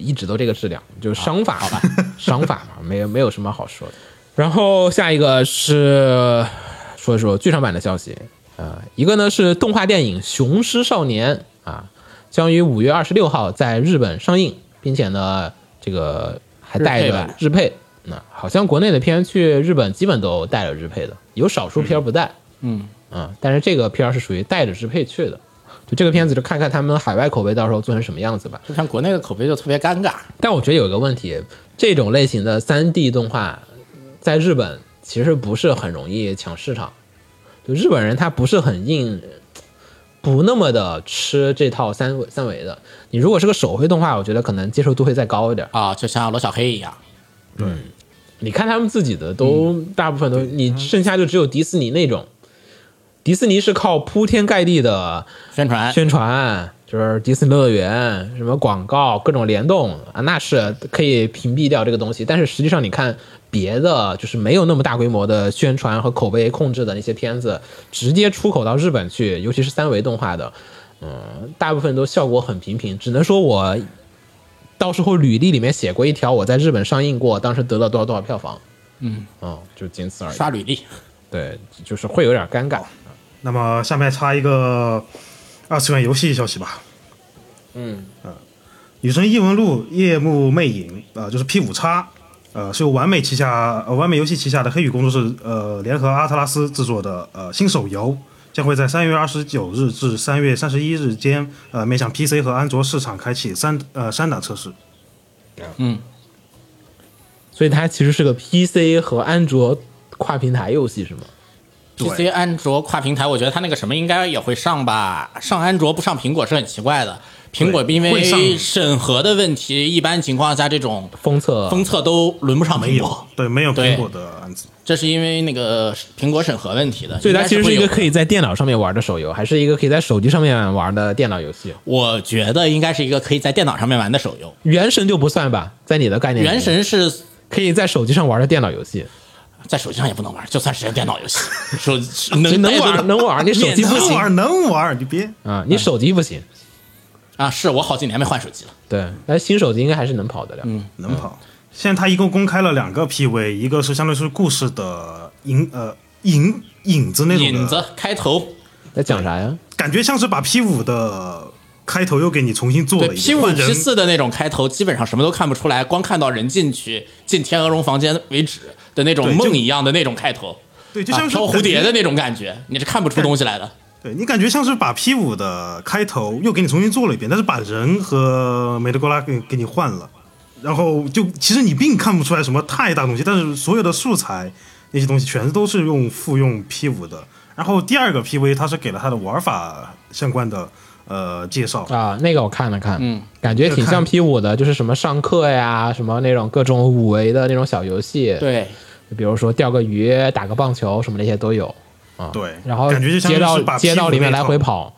一直都这个质量，
啊
就是商法吧，
*laughs*
商法嘛，没有没有什么好说的。然后下一个是说一说剧场版的消息，呃，一个呢是动画电影《雄狮少年》啊，将于五月二十六号在日本上映，并且呢，这个还带
日配
着
版
日配。那好像国内的片去日本基本都带啊了日配的，有少数片儿不带。嗯嗯，但是这个片儿是属于带着日配去的。就这个片子，就看看他们海外口碑到时候做成什么样子吧。
这片国内的口碑就特别尴尬。
但我觉得有一个问题，这种类型的三 D 动画在日本其实不是很容易抢市场，就日本人他不是很硬，不那么的吃这套三维三维的。你如果是个手绘动画，我觉得可能接受度会再高一点。
啊，就像罗小黑一样，
你看他们自己的都、大部分都，你剩下就只有迪士尼那种。迪士尼是靠铺天盖地的
宣传
宣传，就是呃迪士尼乐园什么广告各种联动啊，那是可以屏蔽掉这个东西。但是实际上，你看别的就是没有那么大规模的宣传和口碑控制的那些片子，直接出口到日本去，尤其是三维动画的，嗯，大部分都效果很平平。只能说我到时候履历里面写过一条我在日本上映过，当时得了多少多少票房，嗯，哦，就仅此而已。
刷履历，
对，就是会有点尴尬。
那么下面插一个二次元游戏消息吧。嗯，呃，《女神异闻录：夜幕魅影》呃，就是 P 五叉，呃，是由完美旗下、呃、完美游戏旗下的黑羽工作室呃联合阿特拉斯制作的呃新手游，将会在三月二十九日至三月三十一日间呃面向 PC 和安卓市场开启三呃三档测试。
所以它其实是个 PC 和安卓跨平台游戏，是吗？
对
PC 安卓跨平台，我觉得它那个什么应该也会上吧，上安卓不上苹果是很奇怪的。苹果
对
因
会上
为审核的问题，一般情况下这种
封测，
封测都轮不上
没
苹
有
果，，
对，没有
对
苹果的案子。
这是因为那个苹果审核问题的。
所以它
应该
其实
会
是一个
有
可以在电脑上面玩的手游，还是一个可以在手机上面玩的电脑游戏。
我觉得应该是一个可以在电脑上面玩的手游。
原神就不算吧，在你的概念里面，
原神是
可以在手机上玩的电脑游戏，
在手机上也不能玩，就算是电脑游戏， *laughs* 手机
就
能
能
带着
玩
的
能玩，你手机不
能
行
玩能玩，你别
啊，你手机不行。
啊！是我好几年没换手机了。
对，但新手机应该还是能跑得了。
嗯
能跑。嗯现在他一共公开了两个 PV，一个是相当于是故事的影呃影影子那种的
引子开头，
在讲啥呀？
感觉像是把 P 五的开头又给你重新做
对
了一
P
遍，
五
换
P
人
四的那种开头，基本上什么都看不出来，光看到人进去进天鹅绒房间为止的那种
对就
梦一样的那种开头，
对，就
啊
像是
飘蝴蝶的
感觉，
那种感觉，你是看不出东西来的。
对你感觉像是把 P 五的开头又给你重新做了一遍，但是把人和梅德高拉给给你换了，然后就其实你并看不出来什么太大东西，但是所有的素材那些东西全都是用复用 P 五的。然后第二个 PV 它是给了它的玩法相关的呃介绍，
啊，那个我看了看，嗯，感觉挺
这
像
个看
P 五的，就是什么上课呀，什么那种各种五维的那种小游戏，，
对，
比如说钓个鱼、打个棒球什么那些都有啊。
对
然后
感觉就像
街道
是把
街
P
道
五
里面
那
来
套
回跑，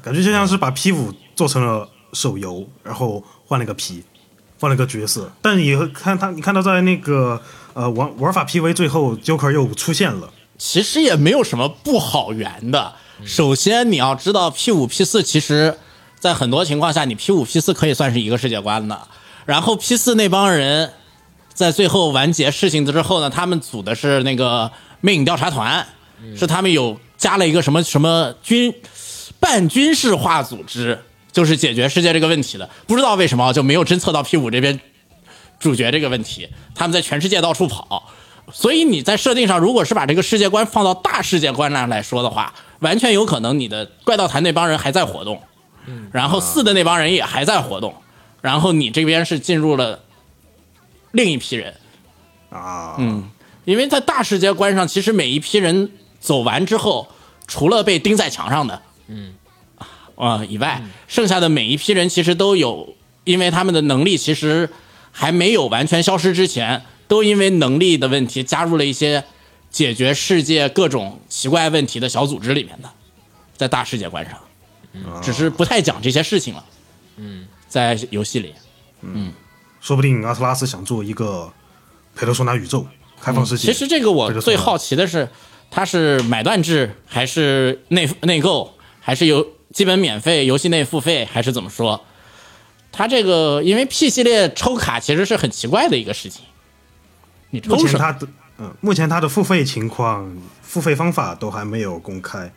感觉就像是把 P 五做成了手游，然后换了个皮，换了个角色。但你会看他，你看到在那个呃玩玩法 PV 最后，Joker 又出现了，
其实也没有什么不好圆的。首先你要知道，P 五 P 四其实，在很多情况下，你 P 五 P 四可以算是一个世界观的。然后 P 四那帮人在最后完结事情之后呢，他们组的是那个魅影调查团，是他们有加了一个什么什么军半军事化组织，就是解决世界这个问题的。不知道为什么就没有侦测到 P 五这边主角这个问题，他们在全世界到处跑。所以你在设定上，如果是把这个世界观放到大世界观上来说的话，完全有可能你的怪盗团那帮人还在活动，然后四的那帮人也还在活动，然后你这边是进入了另一批人，
啊，嗯，
因为在大世界观上，其实每一批人走完之后，除了被钉在墙上的，嗯，啊、以外，剩下的每一批人其实都有，因为他们的能力其实还没有完全消失之前，都因为能力的问题加入了一些解决世界各种奇怪问题的小组织里面的，在大世界观上，只是不太讲这些事情了。嗯，在游戏里，
说不定阿特拉斯想做一个呃佩德索纳宇宙开放世
嗯
界。
其实这个我最好奇的是，它是买断制还是内内购，还是游基本免费游戏内付费，还是怎么说？它这个因为 P 系列抽卡其实是很奇怪的一个事情，你抽
目前
什么？
它的嗯，目前它的付费情况、付费方法都还没有公开。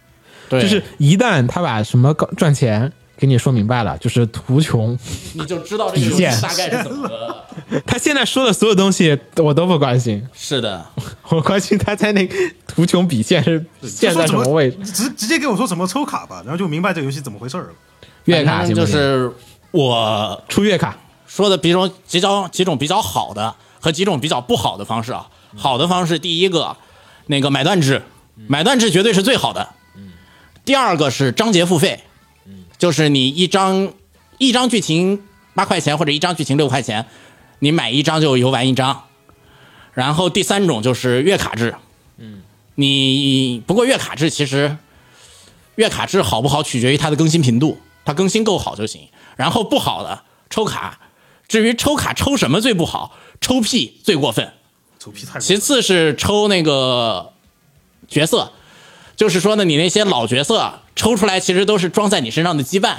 对，
就是一旦他把什么搞赚钱给你说明白了，就是图穷。
你就知道这个游戏大概是怎么
*laughs*
了。
他现在说的所有东西我都不关心， *laughs*
是的，
我关心他在那个图穷匕见是
就
现
说
在什
怎
么位置。
直直接给我说怎么抽卡吧，然后就明白这个游戏怎么回事儿了。
月卡
反
行
正
不
就
行？
是我
出月卡，
说的比种几种几种比较好的和几种比较不好的方式啊。好的方式，第一个，那个买断制，买断制绝对是最好的。第二个是章节付费，就是你一张一张剧情八块钱或者一张剧情六块钱，你买一张就游玩一张。然后第三种就是月卡制，嗯，你不过月卡制其实月卡制好不好取决于它的更新频度，它更新够好就行。然后不好的抽卡，至于抽卡抽什么最不好，抽屁最过分。
臭屁太过分了
其次是抽那个角色，就是说呢，你那些老角色抽出来其实都是装在你身上的羁绊，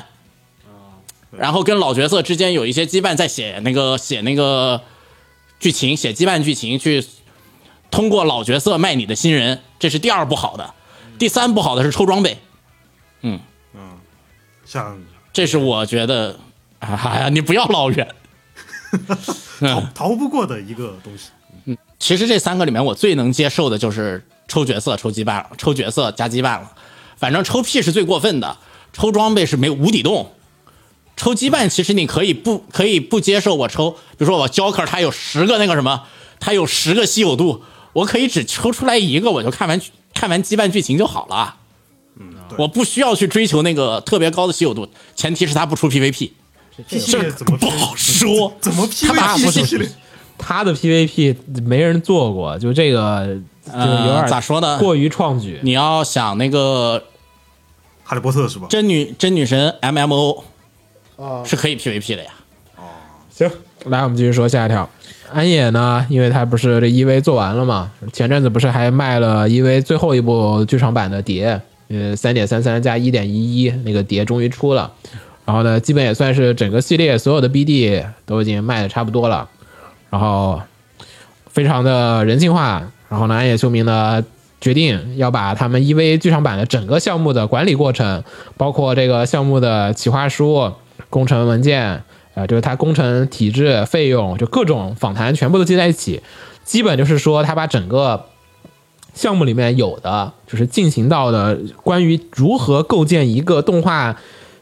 然后跟老角色之间有一些羁绊，在写那个写那个剧情，写羁绊剧情去通过老角色卖你的新人，这是第二不好的。第三不好的是抽装备，
像
这是我觉得， *laughs* 哎呀，你不要老远。嗯，
逃不过的一个东西。
其实这三个里面，我最能接受的就是抽角色、抽羁绊、抽角色加羁绊了。反正抽屁是最过分的，抽装备是没无底洞。抽羁绊其实你可以不可以不接受我抽，比如说我 Joker 他有十个那个什么，他有十个稀有度，我可以只抽出来一个，我就看完看完羁绊剧情就好了。嗯，我不需要去追求那个特别高的稀有度，前提是他不出 PVP。
P 系
这
列怎么
不好说
怎么 P
他爸
V
不
P
是
系列？
他的 PVP 没人做过，就这个就有点、
呃咋说呢
过于创举。
你要想那个
哈利波特是吧？
真女真女神 MMO 是可以 PVP 的呀。
行，来，我们继续说下一条。安野呢，因为他不是这 EV 做完了嘛，前阵子不是还卖了 EV 最后一部剧场版的碟，呃，三点三三加一点一一那个碟终于出了。然后呢，基本也算是整个系列所有的 BD 都已经卖的差不多了，然后非常的人性化。然后呢，安野秀明呢决定要把他们 EV 剧场版的整个项目的管理过程，包括这个项目的企划书、工程文件，呃，就是它工程体制、费用，就各种访谈全部都接在一起。基本就是说，他把整个项目里面有的，就是进行到的关于如何构建一个动画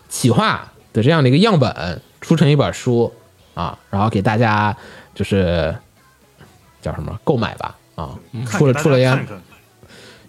企划的这样的一个样本，出成一本书啊，然后给大家就是叫什么购买吧啊，
看
出了
大家
出了样
看看，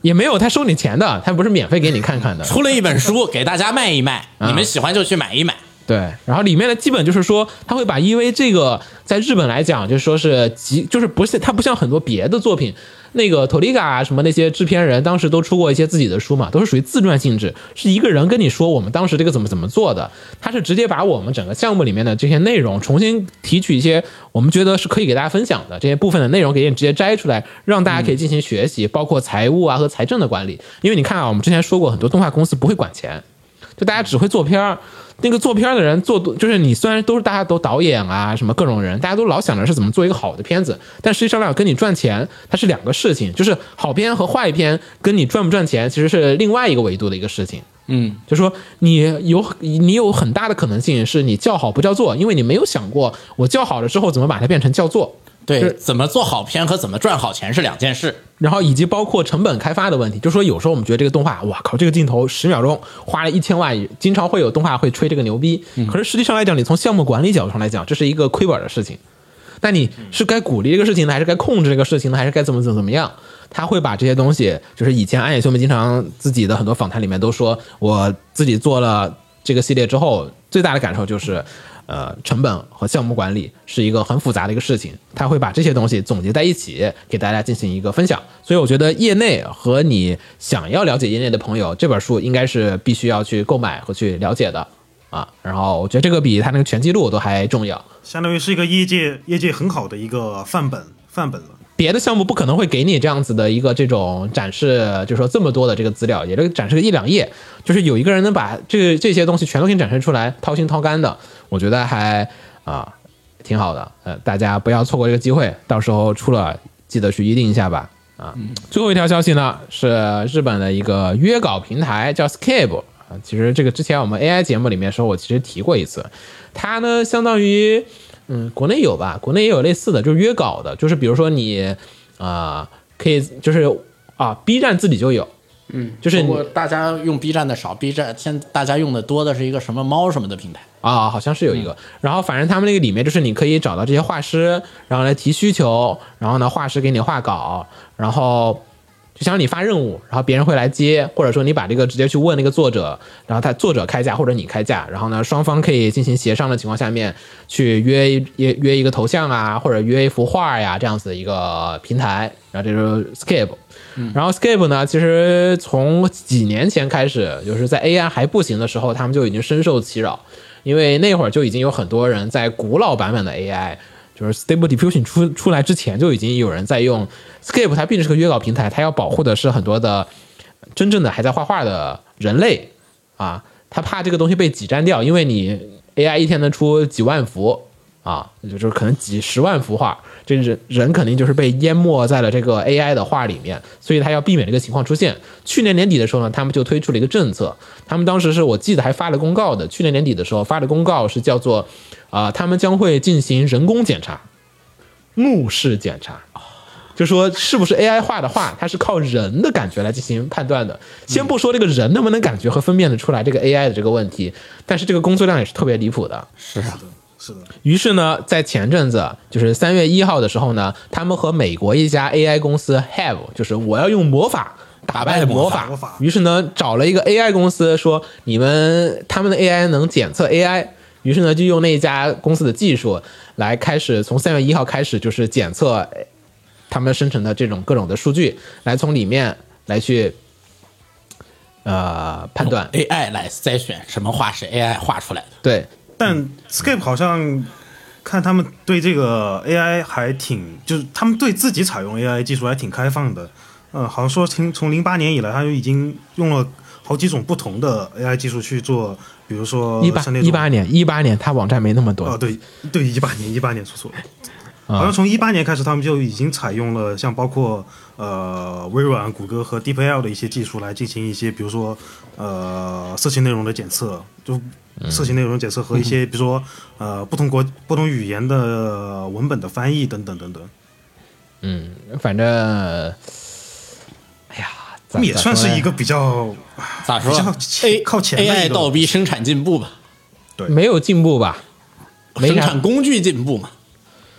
也没有，他收你钱的，他不是免费给你看看的。
出了一本书给大家卖一卖，
啊
你们喜欢就去买一买。
对，然后里面的基本就是说，他会把 EV 这个在日本来讲，就是说是极，就是不是它不像很多别的作品，那个 Toliga 啊什么那些制片人当时都出过一些自己的书嘛，都是属于自传性质，是一个人跟你说我们当时这个怎么怎么做的，他是直接把我们整个项目里面的这些内容重新提取一些我们觉得是可以给大家分享的这些部分的内容，给你直接摘出来，让大家可以进行学习，包括财务啊和财政的管理，因为你看啊，我们之前说过，很多动画公司不会管钱。就大家只会做片儿。那个做片儿的人做多，就是你虽然都是大家都导演啊，什么各种人，大家都老想着是怎么做一个好的片子，但实际上来讲跟你赚钱它是两个事情，就是好片和坏片跟你赚不赚钱其实是另外一个维度的一个事情。
嗯，
就说你有你有很大的可能性是你叫好不叫座，因为你没有想过我叫好了之后怎么把它变成叫座。
对，
是
怎么做好片和怎么赚好钱是两件事。
然后以及包括成本开发的问题，就说有时候我们觉得这个动画，哇靠，这个镜头十秒钟花了一千万，经常会有动画会吹这个牛逼。可是实际上来讲，你从项目管理角度上来讲，这是一个亏本的事情。那你是该鼓励这个事情呢，还是该控制这个事情呢，还是该怎么怎么怎么样？他会把这些东西，就是以前安野秀明经常自己的很多访谈里面都说，我自己做了这个系列之后，最大的感受就是，呃，成本和项目管理是一个很复杂的一个事情。他会把这些东西总结在一起，给大家进行一个分享。所以我觉得业内和你想要了解业内的朋友，这本书应该是必须要去购买和去了解的啊。然后我觉得这个比他那个全记录都还重要。
相当于是一个业界业界很好的一个范本范本了。
别的项目不可能会给你这样子的一个这种展示，就是说这么多的这个资料，也就展示个一两页，就是有一个人能把这这些东西全都给你展示出来，掏心掏肝的，我觉得还啊、挺好的。呃，大家不要错过这个机会，到时候出了记得去预定一下吧。啊，最后一条消息呢是日本的一个约稿平台叫 Skype 啊。其实这个之前我们 AI 节目里面时候，我其实提过一次，它呢相当于嗯，国内有吧，国内也有类似的，就是约稿的，就是比如说你啊、可以就是啊，B 站自己就有，嗯，就是
不
你
过大家用 B 站的少，B 站现在大家用的多的是一个什么猫什么的平台。
啊、好像是有一个。然后反正他们那个里面就是你可以找到这些画师，然后来提需求，然后呢画师给你画稿，然后就像你发任务，然后别人会来接，或者说你把这个直接去问那个作者，然后他作者开价或者你开价，然后呢双方可以进行协商的情况下面去约一约约一个头像啊，或者约一幅画呀这样子的一个平台，然后这就是 Scape。然后 Scape 呢，其实从几年前开始，就是在 AI 还不行的时候，他们就已经深受其扰，因为那会儿就已经有很多人在古老版本的 AI，就是 Stable Diffusion 出出来之前，就已经有人在用 Scape。它毕竟是个约稿平台，它要保护的是很多的真正的还在画画的人类啊，他怕这个东西被挤占掉，因为你 AI 一天能出几万幅啊，就是可能几十万幅画，这人人肯定就是被淹没在了这个 AI 的画里面，所以他要避免这个情况出现。去年年底的时候呢，他们就推出了一个政策，他们当时是我记得还发了公告的，去年年底的时候发的公告是叫做啊、他们将会进行人工检查、目视检查。就说是不是 AI 画的画，它是靠人的感觉来进行判断的。先不说这个人能不能感觉和分辨得出来这个 AI 的这个问题，但是这个工作量也是特别离谱的。
是的，
于是呢，在前阵子，就是三月一号的时候呢，他们和美国一家 AI 公司 Have，就是我要用魔法打败魔
打败魔法
于是呢，找了一个 AI 公司说，你们他们的 AI 能检测 AI。于是呢，就用那一家公司的技术来开始，从三月一号开始，就是检测他们生成的这种各种的数据，来从里面来去呃判断。
用 AI 来筛选什么画是 AI 画出来的。
对，
但 Scape 好像看他们对这个 AI 还挺，就是他们对自己采用 AI 技术还挺开放的。嗯，好像说从从零八年以来，他就已经用了好几种不同的 AI 技术去做，比如说
一八
像那种
一八年，一八年他网站没那么多
哦，对对，一八年一八年说错了，
啊
好像从一八年开始，他们就已经采用了像包括呃微软、谷歌和 DeepL 的一些技术来进行一些，比如说呃色情内容的检测，就色情内容检测和一些、比如说呃不同国不同语言的呃文本的翻译等等等等，
反正，哎呀，
他
咱
们也算是一个比较
咋说哎
比较
？A
靠前的一个
AI 倒逼生产进步吧，
没有进步吧？没
生
啥
产工具进步嘛。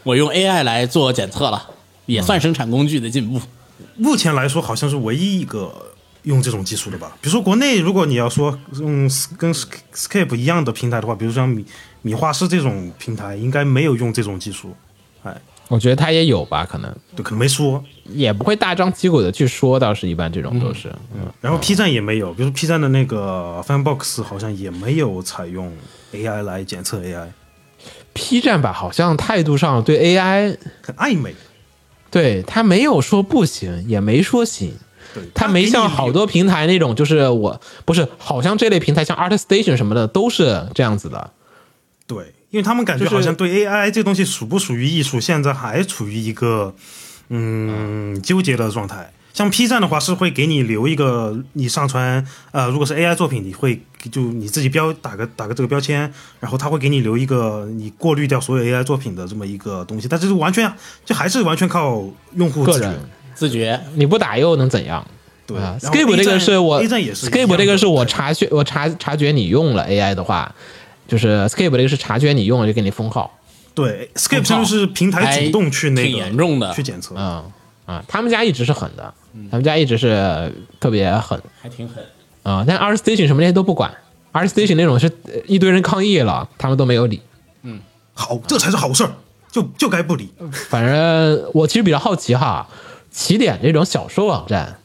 我用 AI 来做检测了，也算生产工具的进步。
目前来说好像是唯一一个用这种技术的吧。比如说国内，如果你要说用 S- 跟 S- Scape 一样的平台的话，比如像米米画师这种平台，应该没有用这种技术，哎
我觉得他也有吧，可能
对，可能没说。
也不会大张旗鼓的去说，倒是一般这种都是，嗯，
然后 P 站也没有，比如说 P 站的那个 Fanbox 好像也没有采用 AI 来检测 AI，
P 站吧，好像态度上对 AI，
很暧昧。
对他没有说不行，也没说行。
对，
它没像好多平台那种，就是我不是，好像这类平台像 ArtStation 什么的都是这样子的，
对，因为他们感觉
就是
好像对 AI 这东西属不属于艺术，现在还处于一个嗯纠结的状态。像 P 站的话，是会给你留一个你上传，呃，如果是 AI 作品，你会就你自己标打个打个这个标签，然后他会给你留一个你过滤掉所有 AI 作品的这么一个东西，但这是完全就还是完全靠用户
个
自觉
人
自觉
你不打又能怎样？
对
啊。
然后
Scape 这
A
个
站
是我
A 站也是一样的
Scape 这个是我察觉我察察觉你用了 AI 的话，就是 Scape 这个是察觉你用了就给你封号，
对 Scape 相当于是平台主动去那个
挺严重的
去检测，
嗯啊，他们家一直是狠的，
嗯
他们家一直是特别狠
还挺狠。
啊，但 Art Station 什么那些都不管，Art Station 那种是呃一堆人抗议了，他们都没有理。
好，这才是好事儿，就就该不理。
反正我其实比较好奇哈，起点这种小说网站，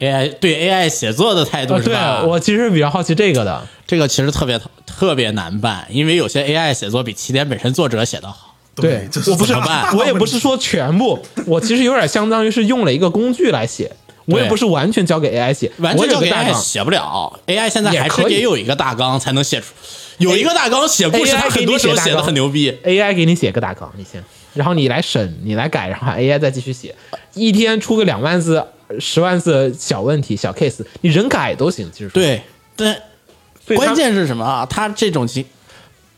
AI 对 AI 写作的态度
啊，
是
对
吧？
我其实比较好奇这个的，
这个其实特别特别难办，因为有
嗯
些 AI 写作比起点本身作者写的好。
对
这是
我不是
大大
我也
问
不
题
是说全部，我其实有点相当于是用了一个工具来写，我也
对
不是完全交给 AI 写，
完
我
全
有
交
个
给
大
AI
纲。
写不了，AI 现在
也
还是
可以哎
得有一个大纲才能写出，有一个大纲写故事，
AI
它很多时候写的很牛逼。
AI 给你写个大纲，你先，然后你来审，你来改，然后 AI 再继续写，一天出个两万字、十万字小问题、小 case，你人改都行。其实说
对，但
所以它
关键是什么啊？他这种起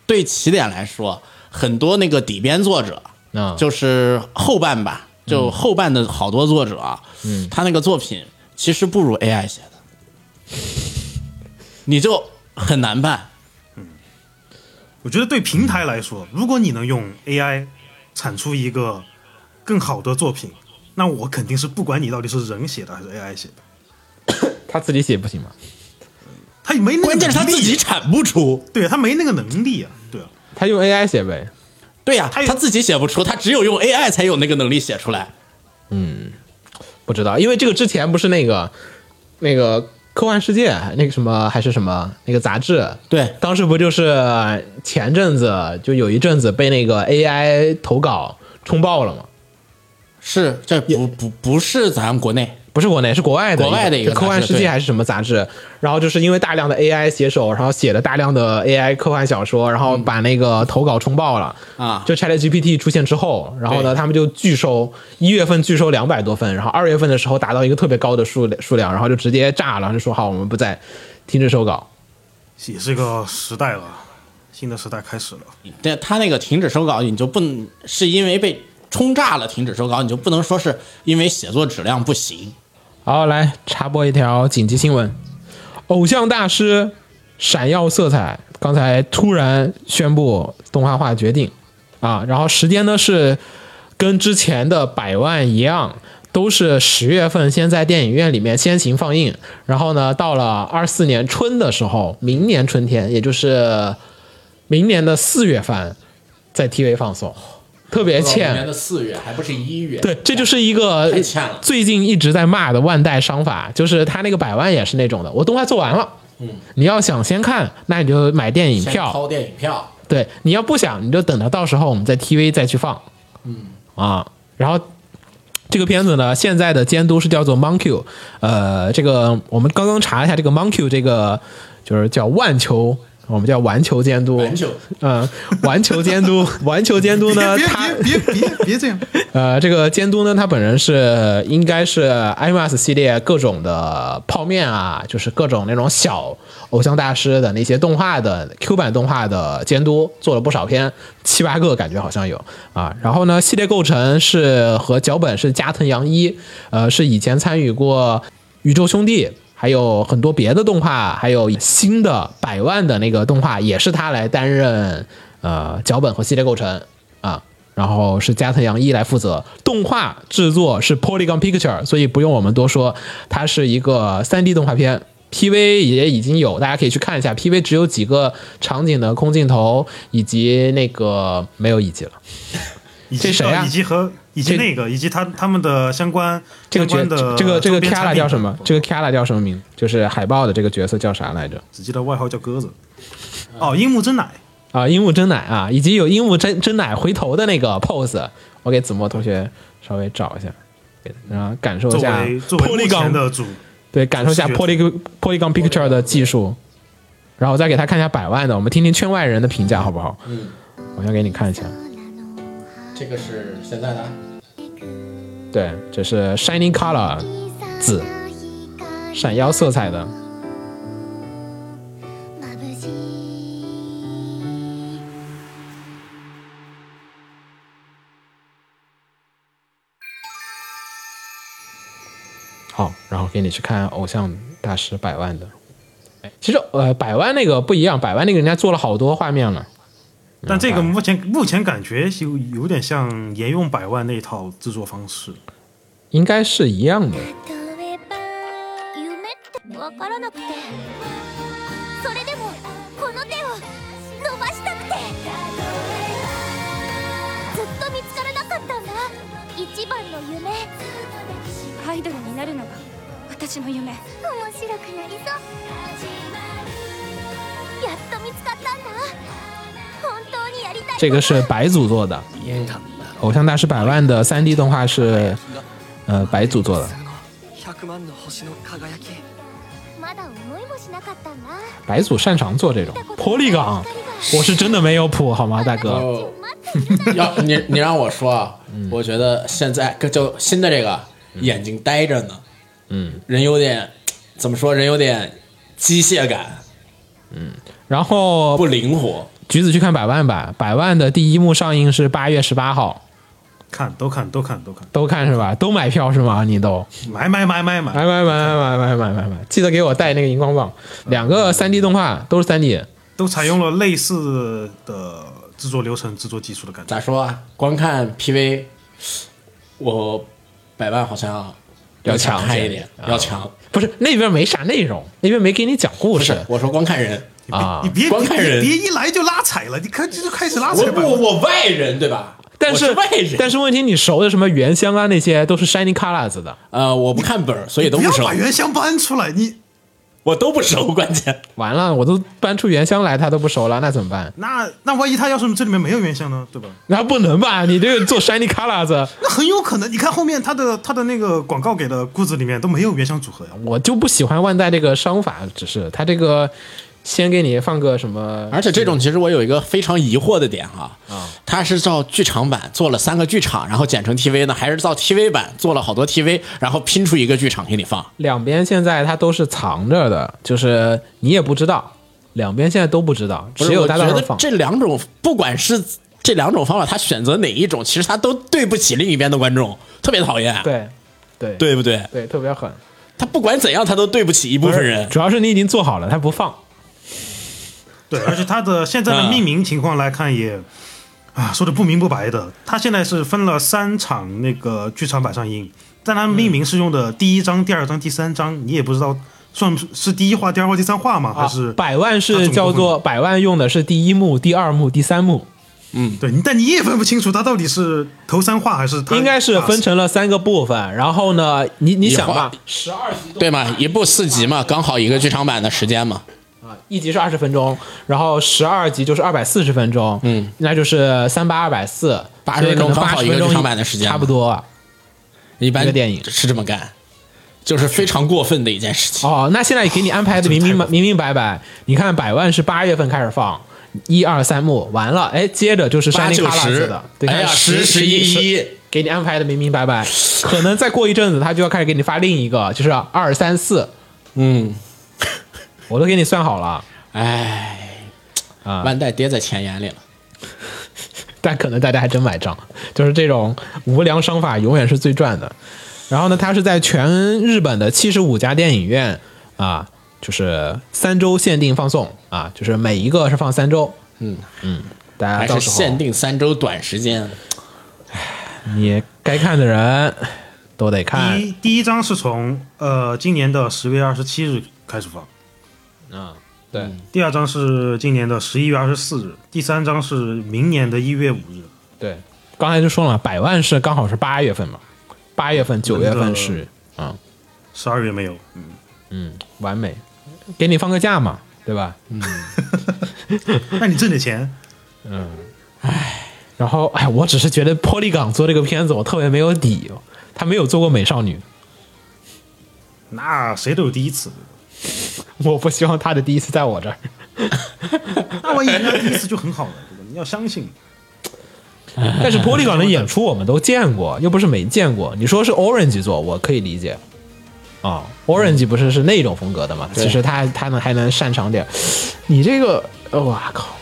对起点来说，很多那个底边作者，
啊，
就是后半吧，就后半的好多作者啊，
嗯
他那个作品其实不如 AI 写的， *laughs* 你就很难办。
我觉得对平台来说，如果你能用 AI 产出一个更好的作品，那我肯定是不管你到底是人写的还是 AI 写的，
他自己写不行吗？
他没那个
关键是他
能力
自己，产不出，
对他没那个能力啊，对啊，
他用 AI 写呗，
对呀、
他有
他自己写不出，他只有用 AI 才有那个能力写出来。
不知道，因为这个之前不是那个那个科幻世界那个什么还是什么那个杂志，
对
当时不就是呃前阵子就有一阵子被那个 AI 投稿冲爆了吗？
是，这不不不是咱们国内，
不是国内，是国外的，
国外的一个
科幻
杂志
世界
对
还是什么杂志？然后就是因为大量的 AI 写手，然后写了大量的 AI 科幻小说，然后把那个投稿冲爆了
啊
就 ChatGPT 出现之后，然后呢，
对
他们就拒收，一月份拒收两百多份，然后二月份的时候达到一个特别高的数数量，然后就直接炸了，然后就说好，我们不再停止收稿。
也是个时代了，新的时代开始了。
但他那个停止收稿，你就不能是因为被冲炸了停止收稿，你就不能说是因为写作质量不行。
好，来插播一条紧急新闻：偶像大师闪耀色彩刚才突然宣布动画化决定啊，然后时间呢是跟之前的百万一样。都是十月份先在电影院里面先行放映，然后呢，到了二四年春的时候，明年春天，也就是明年的四月份，在 TV 放送，特
哦
别哎欠。
的四月还不是一月，
对，这就是一个
太欠了
最近一直在骂的万代商法，就是他那个百万也是那种的，我动画做完了，嗯，你要想先看，那你就买电影票，
电影票。
对，你要不想，你就等到到时候我们在 TV 再去放，嗯啊，然后。这个片子呢，现在的监督是叫做 Monkey，呃，这个我们刚刚查了一下，这个 Monkey 这个就是叫万球，我们叫环球监督，
环球，
嗯、环球监督，环球监督呢，
别
呃他
别别 *laughs* 别别这样！
呃，这个监督呢，他本人是呃应该是 IMAX 系列各种的泡面啊，就是各种那种小偶像大师的那些动画的 Q 版动画的监督，做了不少篇，七八个感觉好像有啊。然后呢，系列构成是和脚本是加藤洋一，呃，是以前参与过《宇宙兄弟》。还有很多别的动画，还有新的百万的那个动画，也是他来担任呃脚本和系列构成啊。然后是加藤洋一来负责动画制作，是 Polygon Picture，所以不用我们多说，它是一个 3D 动画片。PV 也已经有，大家可以去看一下。PV 只有几个场景的空镜头，以及那个没有以及了。
以
这
及
谁啊
以及和以
这
及那个以及他他们的相关
这个角
相关的
这个这
周
个
边产
Kara
品哦啊
叫什么？这个 Kara 叫什么名字？就是海报的这个角色叫啥来着？
只记得外号叫鸽子。哦，樱木真乃，
啊，樱木真乃啊，以及有樱木真真乃回头的那个 pose，我给子墨同学稍微找一下，给然后感受一
作
下
为作为目
Polygon
前的主，
对，感受一下
视觉
Polygon Polygon Picture 的技术，然后我再给他看一下百万的，我们听听圈外人的评价好不好？嗯，我先给你看一下。
这个是现在的，
对，这是 Shining Color 紫，闪耀色彩的。好，然后给你去看偶像大师百万的。哎其实呃，百万那个不一样，百万那个人家做了好多画面了。
但这个
明
目前目前感觉有有点像沿用百万那一套制作方式。
应该是一样的。
例えば夢ってわからなくてそれでもこの手を伸ばしたくてずっと見つからなかったんだ一番の夢面
アイドルになるのが私の夢
白くなりそうやっと見つかったんだ本当にやりたい
这个是白组做的，《偶像大师百万》的 3D 动画是呃白组做的。
100万の星の輝き
まだ思いもしなかったんだ
白组擅长做这种。Polygon，我是真的没有谱好吗，大哥？
哦，
待っているだろう
要你你让我说啊，我觉得现在就新的这个眼睛呆着呢，嗯，人有点怎么说？人有点
机械感
然后
不灵活。
橘子去看《百万》吧，《百万》的第一幕上映是八月十八号，
看都看都看都看，
都看是吧？都买票是吗？你都
买买买买买
哎
买买买买买买买买买，记得给我带那个荧光棒。两个三 D 动画都是三 D，
都采用了类似的制作流程、制作技术的感觉。
咋说啊？光看 PV，我百万好像
要
想
强
看
些
一点，
啊
要强。
不是那边没啥内容，那边没给你讲故
不是
事，
我说光看人，
啊
你。别
光
别
看
别
人
别一来就拉踩了，你看啊这就开始拉
我
踩吧。
我我外人对吧？
但
我
是
是外人，
但是问题你熟的什么原香啊那些都是 Shiny Colors 的，
呃，我不看本儿，所以都啊不
不要
熟
把，原香搬出来，你
我都不熟，关键
完了我都搬出原香来，他都不熟了，那怎么办？
那那万一他要是这里面没有原香呢，对吧？
那不能吧？你这个做 Shiny Colors，
那很有可能，你看后面他的他的那个广告给的故事里面都没有原香组合呀。
我就不喜欢万代这个商法，只是他这个先给你放个什么，
而且这种其实我有一个非常疑惑的点哈、啊，他是照剧场版做了三个剧场，然后剪成 TV 呢，还是照 TV 版做了好多 TV，然后拼出一个剧场给你放？
两边现在它都是藏着的，就是你也不知道，两边现在都不知道，
不
只
是，
有
我
它
觉
到时候
得
放。
这两种，不管是这两种方法，他选择哪一种，其实他都对不起另一边的观众，特别讨厌，
对，对，
对不对？
对，特别狠。
他不管怎样，他都对不起一部分人。
主要是你已经做好了，它不
啊
放。 *laughs*
对，而且它的现在的命名情况来看也，啊，说的不明不白的。它现在是分了三场那个剧场版上映，但它命名是用的第一章、第二章、第三章，你也不知道算不是第一话、第二话、第三话吗？还是、
啊、百万
它
是
总
叫
共
做百万用的是第一幕、第二幕、第三幕，
对，你但你也分不清楚它到底是头三话还是它
应该是分成了三个部分。然后呢，你你想吧，
十二集对嘛，一部四集嘛，刚好一个剧场版的时间嘛。
一集是二十分钟，然后十二集就是二百四十分钟，嗯，那就是三八二百四，
80分钟刚好一个剧场版的时间嘛
差不多。
一般
一个电影
是这么干，就是非常过分的一件事情。
哦，那现在给你安排的明明明明白白。你看，百万是八月份开始放，一二三幕完了，哎，接着就是山
八
林
九
卡拉斯
十
的，对，
哎呀，
看十
十
一
一一，
给你安排的明明白白。可能再过一阵子，他就要开始给你发另一个，就是二三四，
嗯，
我都给你算好了。
哎，
啊
万代跌在钱眼里了。
但可能大家还真买账，就是这种无良商法永远是最赚的。然后呢，它是在全日本的七十五家电影院啊，就是三周限定放送啊，就是每一个是放三周。
嗯
嗯，大家
还
到
是
时候
限定三周短时间，
你该看的人都得
第
看
一第一章是从呃今年的十月二十七日开始放，嗯
啊。对，
第二章是今年的十一月二十四日，第三章是明年的一月五日。
对，刚才就说了，百万是刚好是八月份嘛，八月份、九月
嗯
份是啊、
十二月没有，嗯
嗯，完美，给你放个假嘛，对吧？
那你挣点钱，
然后，哎，我只是觉得 Polygon 做这个片子，我特别没有底，他没有做过美少女，
那谁都有第一次。
我不希望他的第一次在我这儿。
那万一人家第一次就很好了，对吧？你要相信。
但是 Polygon 的演出我们都见过，又不是没见过。你说是 Orange 做，我可以理解。啊、o r a n g e 不是是那种风格的嘛？其实他他能还能擅长点儿。你这个，呃哇靠，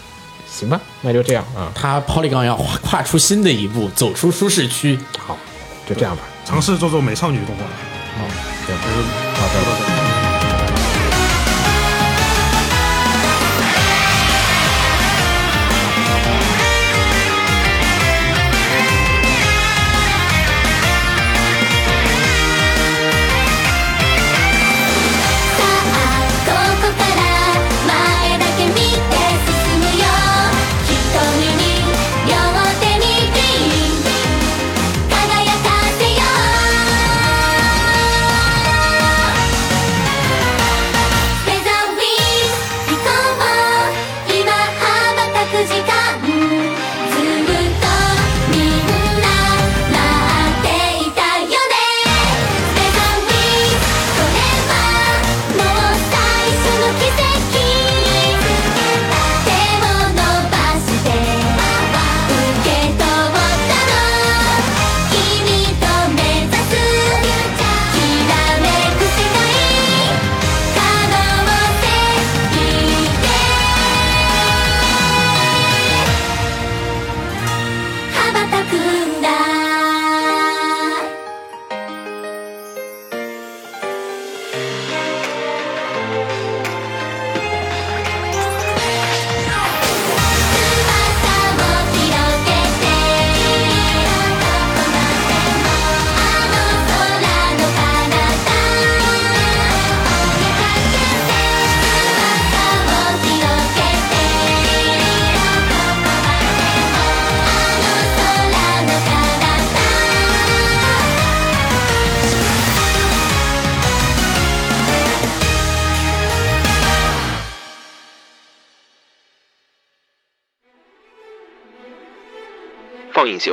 行吧，那就这样啊、
他 Polygon 要跨跨出新的一步，走出舒适区。
好，就这样吧。
尝试做做美少女动画。
「ここから前だけ見て進むよ」「瞳に両手にビー輝かせよう」「
放映协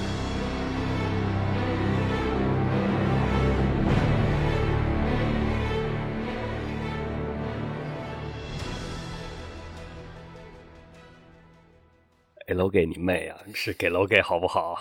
给楼给你妹啊！是给楼给好不好？